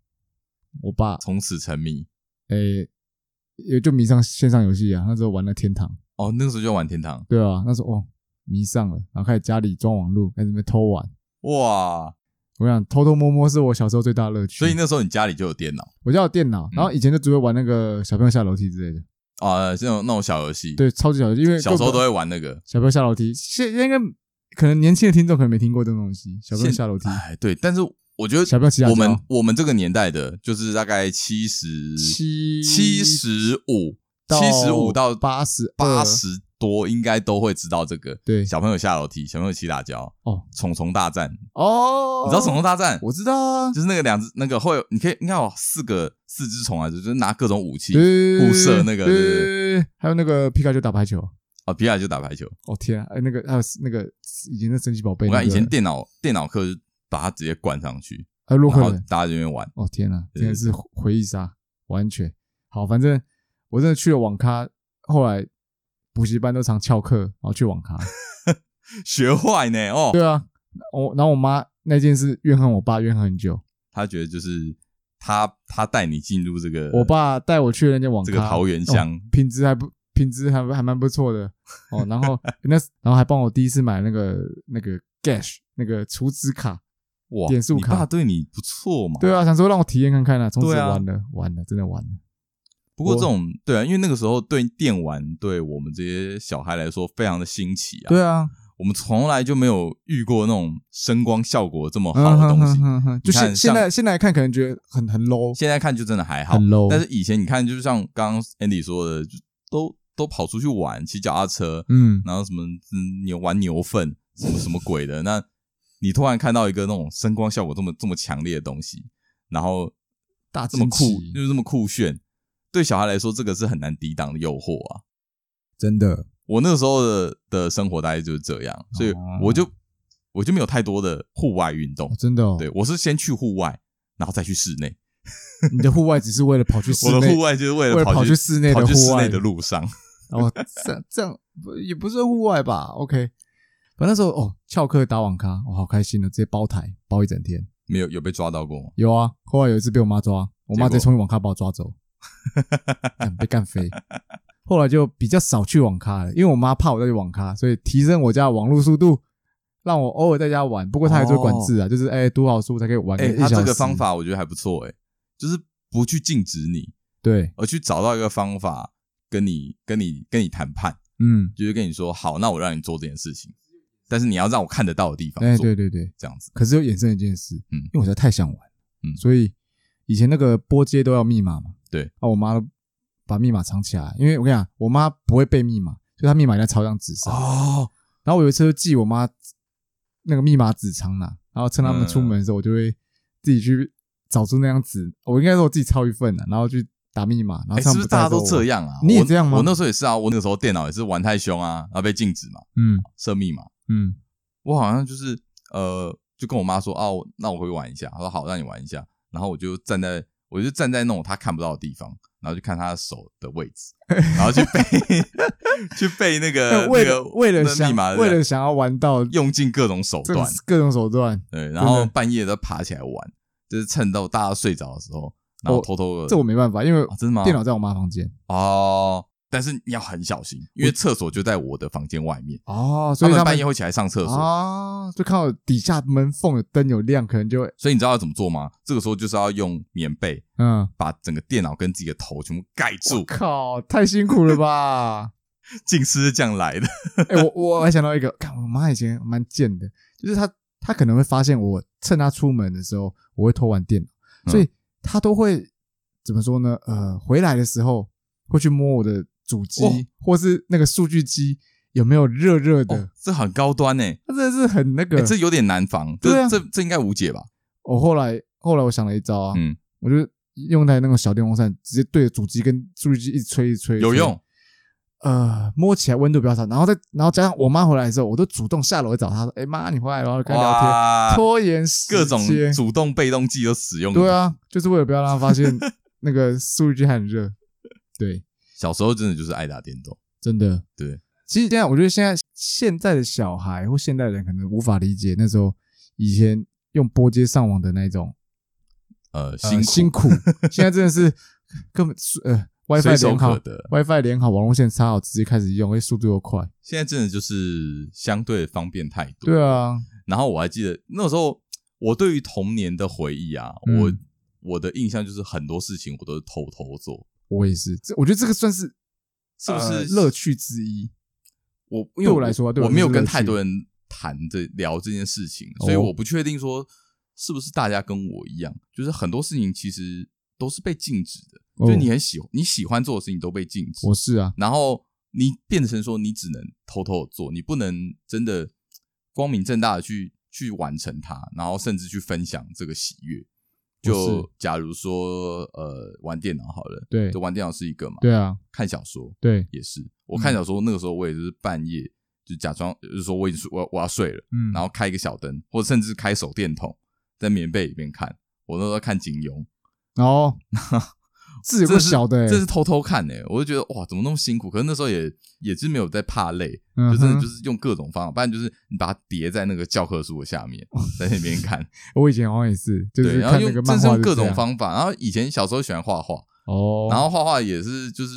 A: 我爸
B: 从此沉迷。
A: 哎也就迷上线上游戏啊。那时候玩了天堂，
B: 哦，那个时候就玩天堂，
A: 对啊，那时候哦迷上了，然后开始家里装网路，开始在那边偷玩。
B: 哇！
A: 我想偷偷摸摸是我小时候最大的乐趣。
B: 所以那嗯时候你家里就有电脑
A: 我家有电脑，然后以前就只会玩那个小朋友下楼梯之类的。
B: 啊，这种那种小游戏，，
A: 对，超级小游戏，因为
B: 小时候
A: 根本
B: 都会玩那个。
A: 小朋友下楼梯，现现在应该可能年轻的听众可能没听过这种东西，小朋友
B: 现
A: 下楼梯，
B: 哎，对，但是我觉得
A: 小朋友骑脚
B: 我们
A: 踏车
B: 我们这个年代的，就是大概七十
A: 七
B: 七十五、
A: 到
B: 七十五到
A: 八十
B: 八十多，应该都会知道这个。
A: 对
B: 小朋友下楼梯，小朋友骑打跤，
A: 哦
B: 虫虫大战，
A: 哦，
B: 你知道虫虫大战？
A: 我知道啊，
B: 就是那个两只那个会有，你可以应该有四个四只虫啊，就是拿各种武器
A: 对
B: 互射那个，
A: 对
B: 对对对
A: 对对还有那个皮卡丘打排球，
B: 哦，皮亚就打排球。
A: 哦天啊，哎那个还有那个以前的神奇宝贝，
B: 我看以前
A: 电
B: 电脑电脑课就把它直接灌上去，
A: 还有洛
B: 然
A: 克
B: 后
A: 人，
B: 大家就在那边玩。
A: 哦天啊，
B: 对
A: 真的是回忆杀，完全好，反正我真的去了网咖，后来补习班都常翘课，然后去网咖。
B: 学坏呢哦，
A: 对啊，我然后我妈那件事怨恨我爸怨恨很久，
B: 他觉得就是他他带你进入这个，
A: 我爸带我去的那间网咖，
B: 这个桃园乡
A: 哦品质还不品质还还蛮不错的哦，然后那然后还帮我第一次买那个那个 Gash 那个储值卡，
B: 哇，
A: 点数
B: 你
A: 卡
B: 爸对你不错嘛。
A: 对啊，想说让我体验看看啊，从此
B: 对啊
A: 完了、完了，真的完了，
B: 不过
A: 我
B: 这种对啊，因为那个时候对电玩对我们这些小孩来说非常的新奇啊。
A: 啊，
B: 我们从来就没有遇过那种声光效果这么
A: 嗯
B: 好的东西
A: 哼。哼哼哼就
B: 你看
A: 现现
B: 像
A: 在现在看可能觉得很很 low，
B: 现在看就真的还好，
A: 很 low
B: 但是以前你看，就像刚刚 Andy 说的，就都都跑出去玩，骑脚踏车，
A: 嗯，
B: 然后什么嗯牛玩牛粪，什么什么鬼的。那你突然看到一个那种声光效果这么这么强烈的东西，然后
A: 大
B: 这么
A: 惊
B: 酷，
A: 奇
B: 就是这么酷炫，对小孩来说，这个是很难抵挡的诱惑啊。
A: 真的
B: 我那个时候的的生活大概就是这样，所以
A: 哦
B: 我就我就没有太多的户外运动
A: 哦。真的哦，
B: 对我是先去户外，然后再去室内。
A: 你的户外只是为了跑去室
B: 我的
A: 内
B: 户。外就是为
A: 为
B: 了
A: 了
B: 跑
A: 跑去室内
B: 跑
A: 的
B: 去室
A: 户外
B: 内的路上。
A: 哦，这样这样不也不是户外吧？OK，反正那时候哦，翘课打网咖，我、好开心哦，直接包台包一整天。
B: 没有有被抓到过吗？
A: 有啊，后来有一次被我妈抓，我妈
B: 结果
A: 直接冲去网咖把我抓 走，干被干飞。后来就比较少去网咖了，因为我妈怕我再去网咖，所以提升我家的网络速度，让我偶尔在家玩。不过她还是会管制啊，就是哎读好书才可以玩个
B: 哦哎、
A: 一小
B: 他
A: 时。
B: 这个方法我觉得还不错，哎，就是不去禁止你，
A: 对，
B: 而去找到一个方法跟你跟你跟你谈判，
A: 嗯，
B: 就是跟你说好，那我让你做这件事情，但是你要让我看得到的地方
A: 哎
B: 做，
A: 对对对，
B: 这样子。
A: 可是又衍生一件事，
B: 嗯
A: 嗯，因为我实在太想玩，
B: 嗯
A: 嗯，所以以前那个拨接都要密码嘛，
B: 对，
A: 啊，我妈都把密码藏起来，因为我跟你讲，我妈不会背密码，所以她密码在抄张纸上。
B: 哦，
A: 然后我有一次就记我妈那个密码纸藏哪，然后趁他们出门的时候，我就会自己去找出那张纸，我应该说我自己抄一份啊，然后去打密码，然后
B: 哎、
A: 他
B: 是
A: 们
B: 不是
A: 在
B: 大
A: 的
B: 家
A: 时候
B: 都这？样啊？
A: 哦你也
B: 我
A: 这样吗
B: 我那时候也是啊，我那个时候电脑也是玩太凶啊，然后被禁止嘛，
A: 嗯
B: 设密码。
A: 嗯，
B: 我好像就是呃，就跟我妈说啊，我那我会玩一下。她说好，让你玩一下。然后我就站在，我就站在那种她看不到的地方，然后就看她的手的位置，然后去 背去背那个
A: 但哎为
B: 呃那
A: 了
B: 个
A: 为了
B: 那
A: 想
B: 密码的，
A: 为了想要玩到
B: 用尽各种手
A: 这个
B: 段，
A: 各种手段，
B: 对，然后
A: 真的
B: 半夜都爬起来玩，就是趁到大家睡着的时候，然后
A: 哦
B: 偷偷的。啊
A: 这我没办法，因为
B: 哦真的吗？
A: 电脑在我妈房间。
B: 哦，但是你要很小心，因为厕所就在我的房间外面，
A: 哦，所以
B: 他们
A: 他
B: 半夜会起来上厕所，
A: 啊，就看到底下门缝有灯有亮，可能就会
B: 所以你知道要怎么做吗？这个时候就是要用棉被
A: 嗯，
B: 把整个电脑跟自己的头全部盖住，
A: 靠，太辛苦了 吧？
B: 近视是这样来的。
A: 哎、我我还想到一个，看我妈以前蛮贱的，就是她她可能会发现我趁她出门的时候，我会偷玩电脑，所以她都会怎么说呢？呃，回来的时候会去摸我的主机、
B: 哦
A: 或是那个数据机有没有热热的，哎
B: 哦，这很高端呢、
A: 她真的是很那个。
B: 欸这有点难防。
A: 啊对
B: 这
A: 啊
B: 这这应该无解吧？
A: 我后来后来我想了一招啊，
B: 嗯
A: 我就用台那种小电风扇，直接对着主机跟数据机一直吹一直吹，一直
B: 有
A: 吹
B: 用。
A: 呃，摸起来温度比较差，然后再然后加上我妈回来的时候，我都主动下楼去找她说：“哎、妈，你回来了，然后跟她聊天，
B: 哇，
A: 拖延时间
B: 各种主动被动技都使用。
A: 对，啊，就是为了不要让她发 现那个数据机还很热。对，
B: 小时候真的就是爱打电动。
A: 真的
B: 对。
A: 其实现在我觉得现在现在的小孩或现代人可能无法理解那时候以前用波接上网的那种
B: 呃，
A: 呃
B: 辛苦，
A: 辛 苦，现在真的是根本呃 WiFi
B: 随手
A: 连好
B: 可得。
A: ，WiFi 连好，网络线插好，直接开始用，哎，速度又快。
B: 现在真的就是相对方便太多。
A: 对啊，
B: 然后我还记得那时候，我对于童年的回忆啊，
A: 嗯
B: 我我的印象就是很多事情我都是偷偷做，
A: 我也是，这我觉得这个算是
B: 是不是
A: 呃乐趣之一？
B: 我因为
A: 对我来说啊对我
B: 我没有跟
A: 就是乐趣
B: 太多人谈这聊这件事情，
A: 哦
B: 所以我不确定说是不是大家跟我一样，就是很多事情其实都是被禁止的，
A: 哦
B: 就是你很喜你喜欢做的事情都被禁止，
A: 我是啊，
B: 然后你变成说你只能偷偷地做，你不能真的光明正大的去去完成它，然后甚至去分享这个喜悦。
A: 我是
B: 就假如说，呃，玩电脑好了，
A: 对
B: 就玩电脑是一个嘛，
A: 对啊，
B: 看小说，
A: 对，
B: 也是，我
A: 嗯
B: 看小说那个时候，我也是半夜就假装，就是说我已经睡，我要我要睡了，
A: 嗯，
B: 然后开一个小灯，或者甚至开手电筒，在棉被里面看。我那时候看金庸，
A: 然后 字有
B: 这
A: 个
B: 是
A: 小的、欸，
B: 这是偷偷看呢、我就觉得哇，怎么那么辛苦？可是那时候也也是没有在怕累，
A: 嗯
B: 就
A: 哼
B: 真的就是用各种方法，不然就是你把它叠在那个教科书的下面，在那边看，
A: 我以前好像也是，哦 就
B: 对，
A: 是
B: 然后
A: 看那
B: 用
A: 个
B: 真
A: 漫
B: 是
A: 画
B: 用
A: 就这
B: 各种
A: 样
B: 方法。然后以前小时候喜欢画画，
A: 哦，
B: 然后画画也是就是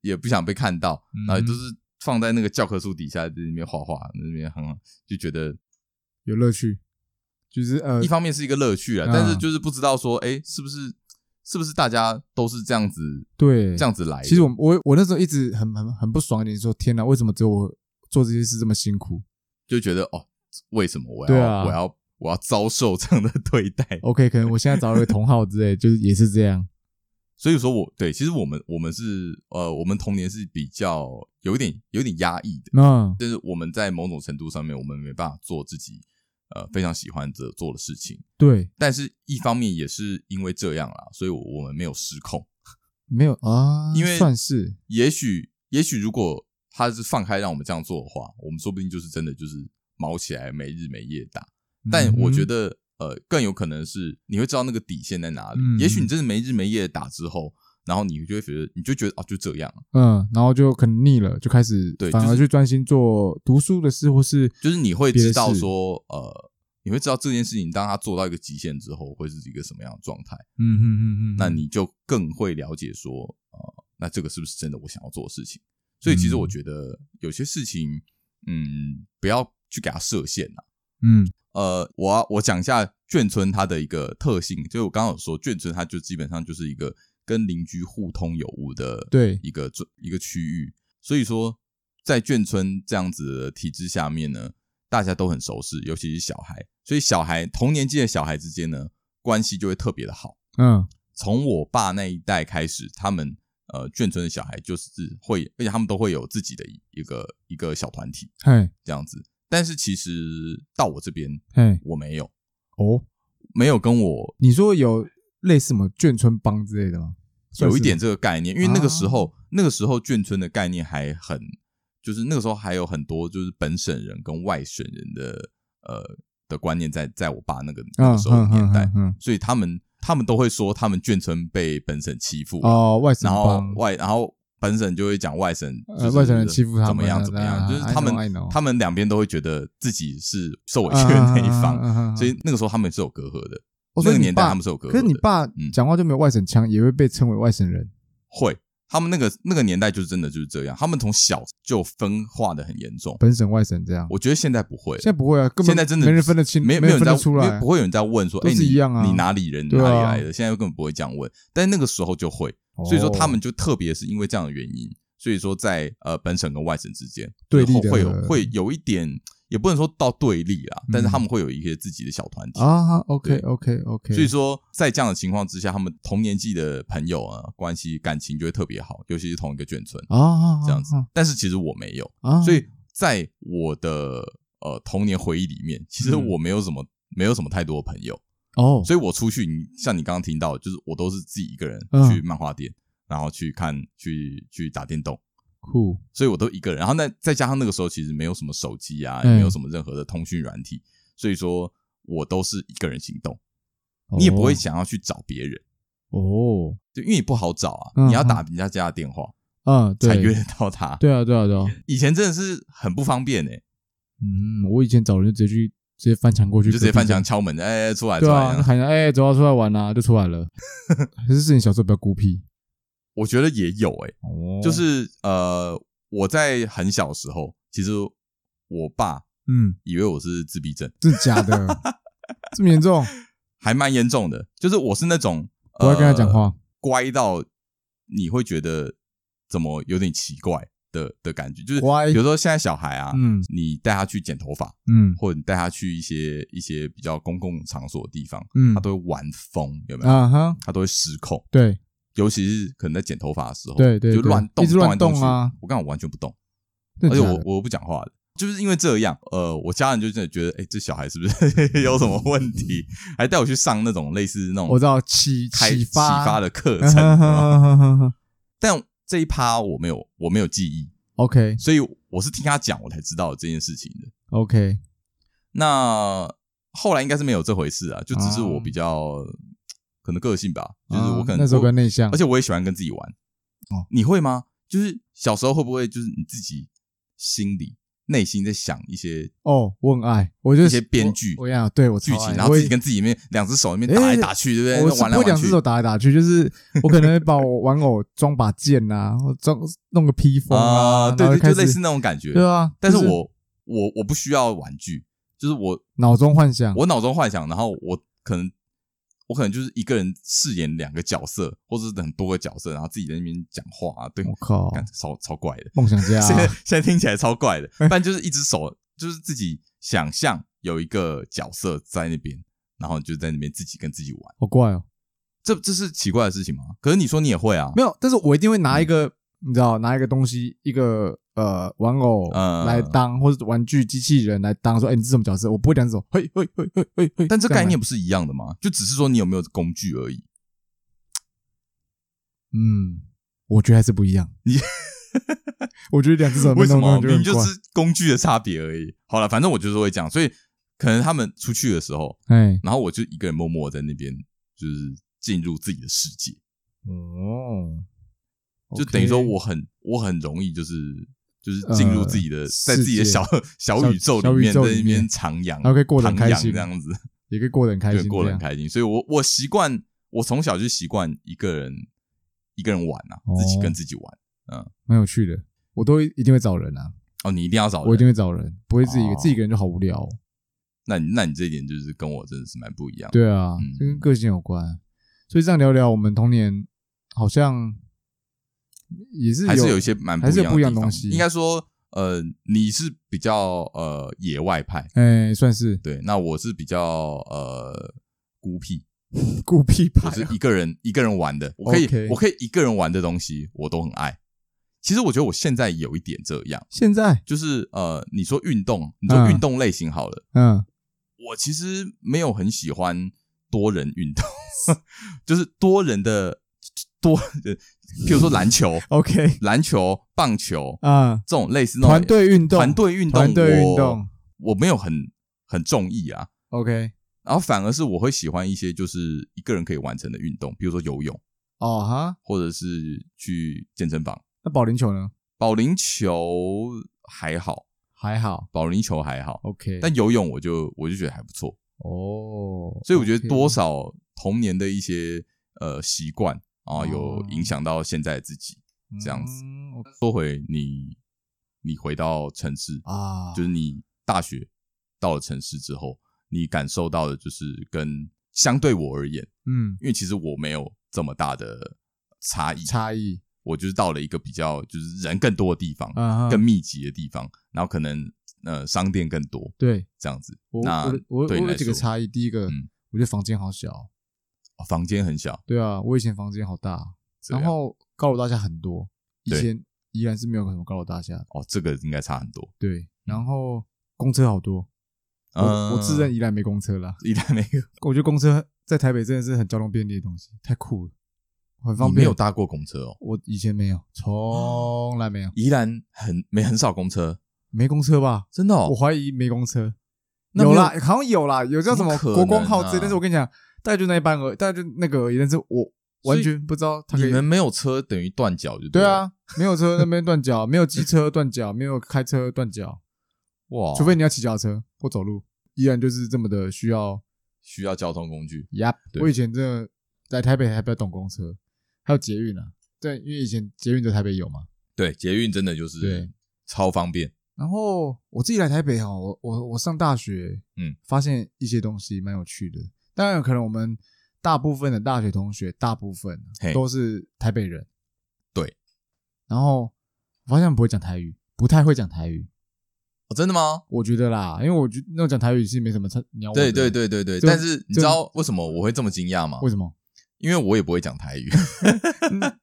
B: 也不想被看到，
A: 嗯
B: 然后就是放在那个教科书底下在那边画画，那边很好就觉得
A: 有乐趣，就是呃
B: 一，方面是一个乐趣啊，
A: 嗯
B: 但是就是不知道说，哎，是不是是不是大家都是这样子
A: 对，
B: 这样子来的？
A: 其实我我我那时候一直很很很不爽一点，说天哪，为什么只有我做这些事这么辛苦
B: 就觉得哦，为什么我
A: 对
B: 要、
A: 啊哦
B: 我要我要遭受这样的对待？
A: ？OK，可能我现在找了个同好之类，就是也是这样，
B: 所以说我对，其实我们我们是呃，我们童年是比较有一点有一点压抑的，
A: 嗯，
B: 但是我们在某种程度上面，我们没办法做自己呃非常喜欢的做的事情。
A: 对，
B: 但是一方面也是因为这样啦，所以我我们没有失控。
A: 没有啊，
B: 因为
A: 算是
B: 也许也许如果他是放开让我们这样做的话，我们说不定就是真的就是毛起来没日没夜打。
A: 嗯
B: 但我觉
A: 得。
B: 得呃更有可能是你会知道那个底线在哪里。
A: 嗯
B: 也许你真的没日没夜打之后，然后你就会觉得你就觉得啊就这样，
A: 嗯，然后就可能腻了，就开始
B: 对
A: 反
B: 就
A: 而
B: 是
A: 去专心做读书的事，或是
B: 就是你会
A: 别的
B: 知道
A: 事
B: 说呃。你会知道这件事情，当他做到一个极限之后，会是一个什么样的状态？
A: 嗯嗯嗯嗯，
B: 那你就更会了解说，呃，那这个是不是真的我想要做的事情？所以其实
A: 嗯
B: 我觉得有些事情，嗯，不要去给它设限啊。
A: 嗯
B: 呃，我要我讲一下眷村它的一个特性，就我刚刚有说眷村它就基本上就是一个跟邻居互通有无的
A: 对
B: 一个这一个区域，所以说在眷村这样子的体制下面呢，大家都很熟识，尤其是小孩，所以小孩同年纪的小孩之间呢，关系就会特别的好。
A: 嗯
B: 从我爸那一代开始，他们呃眷村的小孩就是会，而且他们都会有自己的一一个一个小团体
A: 嘿
B: 这样子。但是其实到我这边
A: 嘿
B: 我没有，
A: 哦，
B: 没有跟我
A: 你说有类似什么眷村帮之类的吗？算
B: 有
A: 是啊
B: 一点
A: 吗
B: 这个概念，因为那个时候、那个时候眷村的概念还很，就是那个时候还有很多就是本省人跟外省人的呃的观念在在我爸那个那个时候的年代，
A: 嗯嗯嗯嗯
B: 所以他们他们都会说他们眷村被本省欺负
A: 嗯哦，外省
B: 然后
A: 帮
B: 外，然后本省就会讲外省，
A: 呃
B: 就是
A: 外省人欺负他们
B: 怎么样
A: 啊
B: 怎么样，
A: 啊
B: 就是
A: I
B: 他
A: know, I know
B: 们他们两边都会觉得自己是受
A: 啊
B: 委屈的那一方，
A: 方
B: 所以那个时候他们是有隔阂的。
A: 啊哦所以
B: 那个
A: 你
B: 年代
A: 爸
B: 他们是有隔阂
A: 可是
B: 的，
A: 你爸
B: 嗯
A: 讲话就没有外省腔，也会被称为外省人
B: 会他们那个那个年代就是真的就是这样，他们从小就分化的很严重。
A: 本省外省这样，
B: 我觉得现在不会，
A: 现在不会啊，根本
B: 现在真的
A: 没人分得清，
B: 没有
A: 没
B: 有
A: 分
B: 人
A: 得
B: 在
A: 出
B: 没有
A: 来，
B: 不会有人在问说，
A: 都
B: 哎，
A: 是
B: 你
A: 一样啊
B: 你哪里人，哪
A: 对啊
B: 里来的？现在根本不会这样问，但那个时候就会，
A: 哦，
B: 所以说他们就特别是因为这样的原因，所以说在呃本省跟外省之间
A: 对立的
B: 会有会有一点，也不能说到对立啦，但是他们会有一些自己的小团体。
A: 嗯啊，OK
B: 对
A: OK OK，
B: 所以说，在这样的情况之下，他们同年纪的朋友啊，关系感情就会特别好，尤其是同一个眷村。
A: 啊啊
B: 这样子
A: 啊
B: 但是其实我没有，
A: 啊，
B: 所以在我的呃童年回忆里面，其实
A: 嗯
B: 我没有什么没有什么太多的朋友，
A: 哦，
B: 所以我出去，你像你刚刚听到的，就是我都是自己一个人
A: 嗯
B: 去漫画店，然后去看去去打电动，
A: 酷，
B: 所以我都一个人。然后那再加上那个时候其实没有什么手机啊，
A: 嗯
B: 也没有什么任何的通讯软体，所以说我都是一个人行动，你也不会想要去找别人。
A: 哦，
B: 就因为你不好找啊，
A: 嗯
B: 你要打人家家的电话
A: 嗯，对
B: 才约得到他。
A: 对啊对啊对啊，
B: 以前真的是很不方便哎、
A: 嗯，我以前找人就直接去直接翻墙过去，
B: 你就直接翻墙，敲门，哎、出来出
A: 对
B: 来、
A: 啊，喊一下哎，走啊，出来玩啊，就出来了， 还是是你小时候比较孤僻
B: 我觉得也有哎、
A: 哦
B: 就是呃，我在很小的时候，其实我爸
A: 嗯，
B: 以为我是自闭症，
A: 真的假 的？这么严
B: 呃
A: 重？
B: 还蛮严重的。就是我是那种
A: 不要跟他讲话
B: 呃，乖到你会觉得怎么有点奇怪的的感觉。就是
A: 乖
B: 比如说现在小孩啊，
A: 嗯
B: 你带他去剪头发，
A: 嗯
B: 或者你带他去一些一些比较公共场所的地方，
A: 嗯
B: 他都会玩疯，有没有？
A: 啊哈，
B: 他都会失控，
A: 对，
B: 尤其是可能在剪头发的时候，
A: 对对
B: 就
A: 对
B: 乱动，
A: 一直乱
B: 动来
A: 动啊
B: 去。我刚好完全不动，
A: 真
B: 而
A: 的
B: 且
A: 假
B: 我
A: 的？
B: 我又不讲话的。就是因为这样，呃，我家人就真的觉得，哎、这小孩是 不是有什么问题？还带我去上那种类似那种
A: 我知道启
B: 开
A: 启嗯
B: 启发
A: 的
B: 的课程，
A: 啊
B: 有啊没有
A: 程
B: 但这一趴我没有我没有记忆，
A: ，OK
B: 所以我是听他讲我才知道这件事情的。
A: OK，
B: 那后来应该是没有这回事啊，就只是
A: 啊
B: 我比较、可能个性吧，就是我可能、
A: 嗯那时候比较内向
B: 而，且我也喜欢跟自己玩。
A: 哦
B: 你会吗？就是小时候会不会就是你自己心里内心在想一些
A: 哦，我很爱，我就
B: 一
A: 是
B: 些编剧
A: 我我呀，对我
B: 剧
A: 超
B: 情，
A: 爱
B: 然后
A: 我
B: 自
A: 也哎
B: 己跟自己面两只手里面打来打去，对不
A: 我
B: 对？
A: 是
B: 玩来
A: 不会
B: 玩
A: 两只
B: 去，
A: 手打来打去，就是我可能会把我玩偶装把剑呐，或装弄个披风
B: 啊，对
A: 然后
B: 对，
A: 开始
B: 就类似那种感觉。
A: 对啊，
B: 但是
A: 就是
B: 我我我不需要玩具，就是我
A: 脑中幻想，
B: 我脑中幻想，然后我可能我可能就是一个人饰演两个角色，或者是很多个角色，然后自己在那边讲话啊，对，
A: 我靠，
B: 干超超怪的。
A: 梦想 家啊哎
B: 现在现在听起来超怪的，但就是一只手，就是自己想象有一个角色在那边，然后你就在那边自己跟自己玩，
A: 好怪哦，
B: 这这是奇怪的事情吗？可是你说你也会啊，
A: 没有，但是我一定会拿一个，你知道，拿一个东西，一个呃玩偶
B: 嗯
A: 来当，或者玩具机器人来当，说，哎，你是什么角色？我不会讲这种，嘿嘿嘿嘿嘿嘿，
B: 但这
A: 样
B: 概
A: 来
B: 念，不是一样的吗？就只是说你有没有工具而已。
A: 嗯，我觉得还是不一 样。
B: 你，
A: 我觉得两只手
B: 为什么？
A: 呃弄
B: 明
A: 弄
B: 明
A: 就很
B: 就
A: 怪
B: 是工具的差别而已。好了，反正我就是会讲，所以可能他们出去的时候，
A: 哎，
B: 然后我就一个人默默地在那边，就是进入自己的世界，
A: 哦，
B: 就等于说
A: OK
B: 我很我很容易就是就是进入自己的、
A: 呃
B: 在自己的
A: 世界
B: 小小宇宙里
A: 小宇
B: 面，在
A: 宙
B: 那
A: 里面
B: 边徜徉，
A: 然后可以过得很
B: 徜
A: 开
B: 徉
A: 心
B: 这样子，
A: 也可以过得很开
B: 对，
A: 心，
B: 过得很
A: 这样
B: 开心。所以我我习惯，我从小就习惯一个人一个人玩啊，
A: 哦
B: 自己跟自己玩。
A: 蛮有趣的。我都一定会找人啊，
B: 哦，你一定要找
A: 我一定
B: 人，
A: 会找人，不会自己一个
B: 哦
A: 自己一个人就好无聊哦。
B: 那你那你这一点就是跟我真的是蛮不一样的。
A: 对啊
B: 嗯，
A: 这跟个性有关。所以这样聊聊，我们童年好像也是
B: 还是有一些蛮
A: 还是有
B: 不
A: 不一样
B: 样的地方
A: 东西
B: 应该说，呃，你是比较呃野外派，
A: 哎，算是
B: 对，那我是比较呃孤僻，
A: 孤僻派啊
B: 我是一个人一个人玩的，我可以
A: OK
B: 我可以一个人玩的东西我都很爱。其实我觉得我现在有一点这样，
A: 现在
B: 就是呃，你说运动，你说
A: 嗯
B: 运动类型好了，
A: 嗯，
B: 我其实没有很喜欢多人运动， 就是多人的多，譬如说篮球、
A: OK
B: 篮球、棒球
A: 哦啊，
B: 这种类似那种
A: 团队运动，
B: 团队运动，
A: 团队运
B: 我
A: 动
B: 我没有很很中意啊，
A: OK
B: 然后反而是我会喜欢一些就是一个人可以完成的运动，比如说游泳，
A: 哦哈，
B: 或者是去健身房。
A: 那保龄球呢？
B: 保龄球还好，
A: 还好
B: 保龄球还好，
A: OK，
B: 但游泳我就我就觉得还不错，
A: 哦，
B: 所以我觉得
A: OK
B: 多少童年的一些呃习惯啊，
A: 哦
B: 有影响到现在的自己。这样子。
A: 嗯我
B: 说回你，你回到城市，
A: 啊，
B: 就是你大学到了城市之后，你感受到的就是跟相对我而言，
A: 嗯
B: 因为其实我没有这么大的差异，
A: 差异
B: 我就是到了一个比较就是人更多的地方，
A: 啊，
B: 更密集的地方，然后可能呃商店更多
A: 对
B: 这样子。
A: 我
B: 那
A: 我的我我
B: 对你
A: 有
B: 来
A: 几个
B: 说，
A: 差异，第一个
B: 嗯
A: 我觉得房间好小，
B: 哦房间很小，
A: 对啊，我以前房间好大，
B: 这
A: 然
B: 样
A: 后高楼大厦很多，以
B: 对
A: 前依然是没有什么高楼大厦的，
B: 哦，这个应该差很多。
A: 对，然后公车好多，我我自认
B: 嗯
A: 依然没公车啦，
B: 一旦没有，
A: 我觉得公车在台北真的是很交通便利的东西，太酷了，很方
B: 你没
A: 便
B: 有。搭哦过公车哦。
A: 我以前没有，从来没有，
B: 宜兰很没很少公车，
A: 没公车吧？
B: 真的哦
A: 我。怀疑没公车，
B: 那没
A: 有
B: 有
A: 啦，好像有啦，有叫什么
B: 怎么可能啊
A: 国光号之类，但是我跟你讲，大概就那一班而已，大概就那个而已，但是我
B: 所以
A: 完全不知道他可
B: 你
A: 以。
B: 们没有车等于断脚就
A: 对
B: 了，
A: 啊，没有车那边断脚， 没有机车断脚，没有开车断脚，
B: 哇，
A: 除非你要骑脚踏车或走路，依然就是这么的需要
B: 需要交通工具。
A: 呀，
B: 对
A: 我以前真的来台北还不要懂公车，还有捷运啊。对，因为以前捷运在台北有嘛。
B: 对，捷运真的
A: 对
B: 就是超方便。
A: 然后我自己来台北哦，我我我上大学，
B: 嗯，
A: 发现一些东西蛮有趣的。当然，可能我们大部分的大学同学，大部分啊
B: 嘿
A: 都是台北人，
B: 对。
A: 然后我发现他们不会讲台语，不太会讲台语，
B: 哦，真的吗？
A: 我觉得啦，因为我觉得那种讲台语是没什么差鸟。
B: 对对，对对对，
A: 就
B: 但是你
A: 就
B: 知道为什么我会这么惊讶吗？
A: 为什么？
B: 因为我也不会讲台语，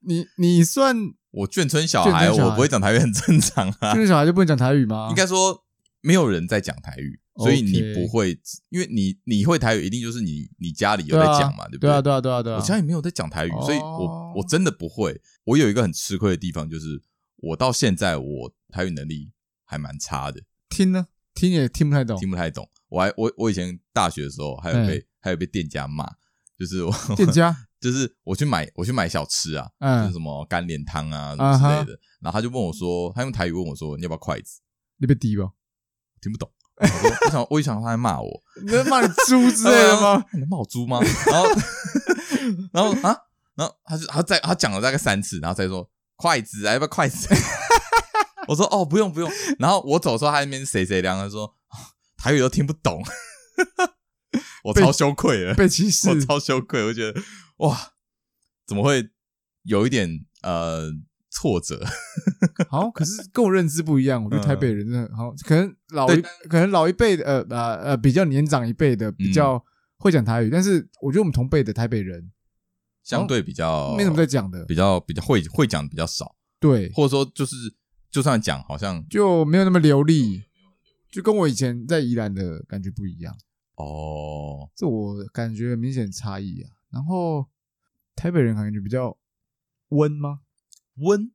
A: 你你算
B: 我眷村小孩，
A: 眷村小孩啊
B: 我不会讲台语很正常啊
A: 这。个小孩就不能讲台语吗？
B: 应该说没有人在讲台语，所以你不会，因为你你会台语，一定就是你你家里有在讲嘛，对不
A: 对啊对啊对啊对啊，
B: 我家里没有在讲台语，
A: 哦
B: 所以我我真的不会。我有一个很吃亏的地方，就是我到现在我台语能力还蛮差的，
A: 听呢，听也听不太懂。
B: 听不太懂。我还我我以前大学的时候，还有被、还有被店家骂，就是我
A: 店家，
B: 就是我去买我去买小吃啊，
A: 嗯
B: 就是什么干莲汤啊什么之类的，然后他就问我说，他用台语问我说你要不要筷子，
A: 你被低 吧？
B: 听不懂。我说我想我一想他在骂我，
A: 你在骂你猪之类的 吗？
B: 哎你在骂我猪吗？然后 然后啊，然后他就他再他讲了大概三次，然后再说筷子啊，要不要筷子？ 我说哦，不用不用。然后我走的时候，他在那边谁谁凉，他说啊台语都听不懂， 我
A: 被
B: 超羞愧了，
A: 被歧视
B: 我超羞愧，我觉得哇，怎么会有一点呃挫折？
A: 好， 可是跟我认知不一样，我觉得
B: 嗯
A: 台北人真的好，可能老一可能老一辈的呃呃呃比较年长一辈的比较会讲台语，但是我觉得我们同辈的台北人
B: 相对比较
A: 哦没什么在讲的，
B: 比较比较会会讲比较少，
A: 对，
B: 或者说就是就算讲好像
A: 就哦没有那么流利，就跟我以前在宜兰的感觉不一样，
B: 哦。
A: 这我感觉很明显的差异啊。然后台北人感觉比较温吗？
B: 温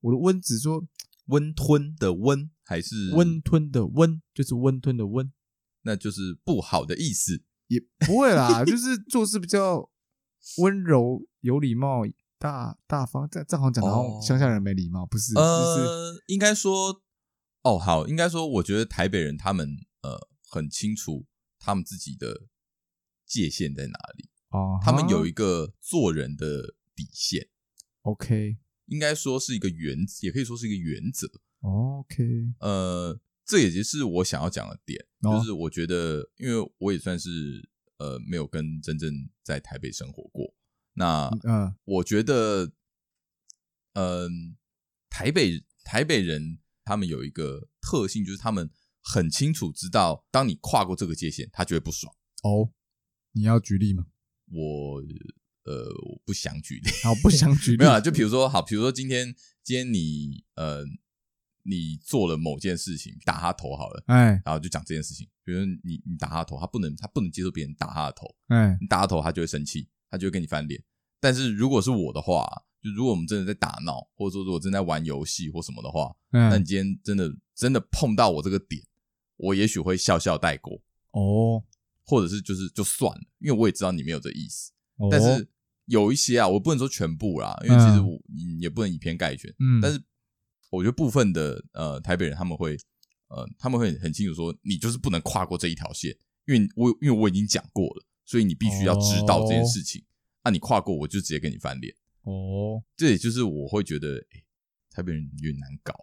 A: 我的温只说
B: 温吞的温还是
A: 温，吞的温，就是温吞的温。
B: 那就是不好的意思。
A: 也不会啦，就是做事比较温柔、有礼貌、大大方。这这好像讲的好像
B: 哦
A: 乡下人没礼貌，不是？就是
B: 呃，应该说，哦，好，应该说，我觉得台北人他们呃很清楚他们自己的界限在哪里，
A: 哦，
B: 他们有
A: 一
B: 一个做人的底线，
A: OK
B: 应该说是一个原，也可以说是一个原则。
A: OK，
B: 呃，这也就是我想要讲的点，
A: 哦
B: 就是我觉得，因为我也算是呃没有跟真正在台北生活过，那
A: 嗯
B: 我觉得，嗯、台北台北人他们有一个特性，就是他们很清楚知道，当你跨过这个界限，他就会不爽。
A: 哦，你要举例吗？
B: 我呃，我不想举例，
A: 好，不想举例，
B: 没有啊，就比如说，好，比如说今天今天你呃，你做了某件事情，打他头好了，
A: 哎
B: 然后就讲这件事情，比如说你你打他头，他不能他不能接受别人打他的头，
A: 哎
B: 你打他头，他就会生气，他就会跟你翻脸。但是如果是我的话，就如果我们真的在打闹，或者说如果真的在玩游戏或什么的话，那你
A: 哎
B: 今天真的真的碰到我这个点，我也许会笑笑带过，
A: 哦，
B: 或者是就是就算了，因为我也知道你没有这意思。
A: 哦
B: 但是有一些啊，我不能说全部啦，因为其实
A: 嗯
B: 我、你也不能以偏概全。
A: 嗯，
B: 但是我觉得部分的呃台北人他们会呃他们会很很清楚说，你就是不能跨过这一条线，因为我因为我已经讲过了，所以你必须要知道这件事情。那、你跨过，我就直接跟你翻脸。
A: 哦
B: 这也就是我会觉得，诶台北人有点难搞，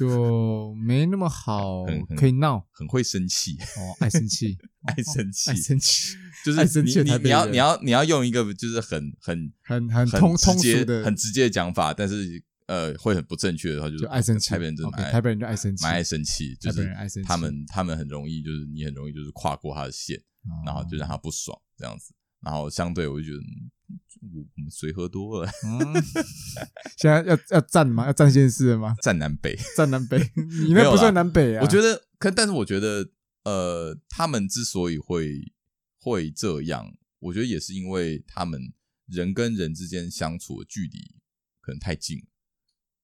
A: 就没那么好
B: 很很，
A: 可以闹
B: 很会生气，
A: 哦，爱生气，
B: 爱生气
A: 哦爱，生气，
B: 就
A: 爱
B: 是
A: 生
B: 你
A: 气的
B: 你
A: 台
B: 你
A: 北
B: 要
A: 人
B: 你要你要用一个就是很很
A: 很很
B: 很
A: 通
B: 直
A: 通
B: 接
A: 俗的，
B: 很直接的讲法，但是呃会很不正确的话，就是
A: 就爱生气。
B: 台北人真的
A: OK，
B: 蛮爱
A: 台北人就爱生气，
B: 蛮爱生气，就
A: 台北
B: 是
A: 人爱生气，
B: 他们他们很容易就是你很容易就是跨过他的线，
A: 哦，
B: 然后就让他不爽这样子，然后相对我就觉得嗯我我们随和多了，
A: 嗯 现在要要站吗？要站县市了 吗？
B: 站南北。
A: 站 南北，你
B: 没
A: 那
B: 有
A: 不算
B: 啦
A: 南北啊。
B: 我觉得，可但是我觉得，呃，他们之所以会会这样，我觉得也是因为他们人跟人之间相处的距离可能太近了，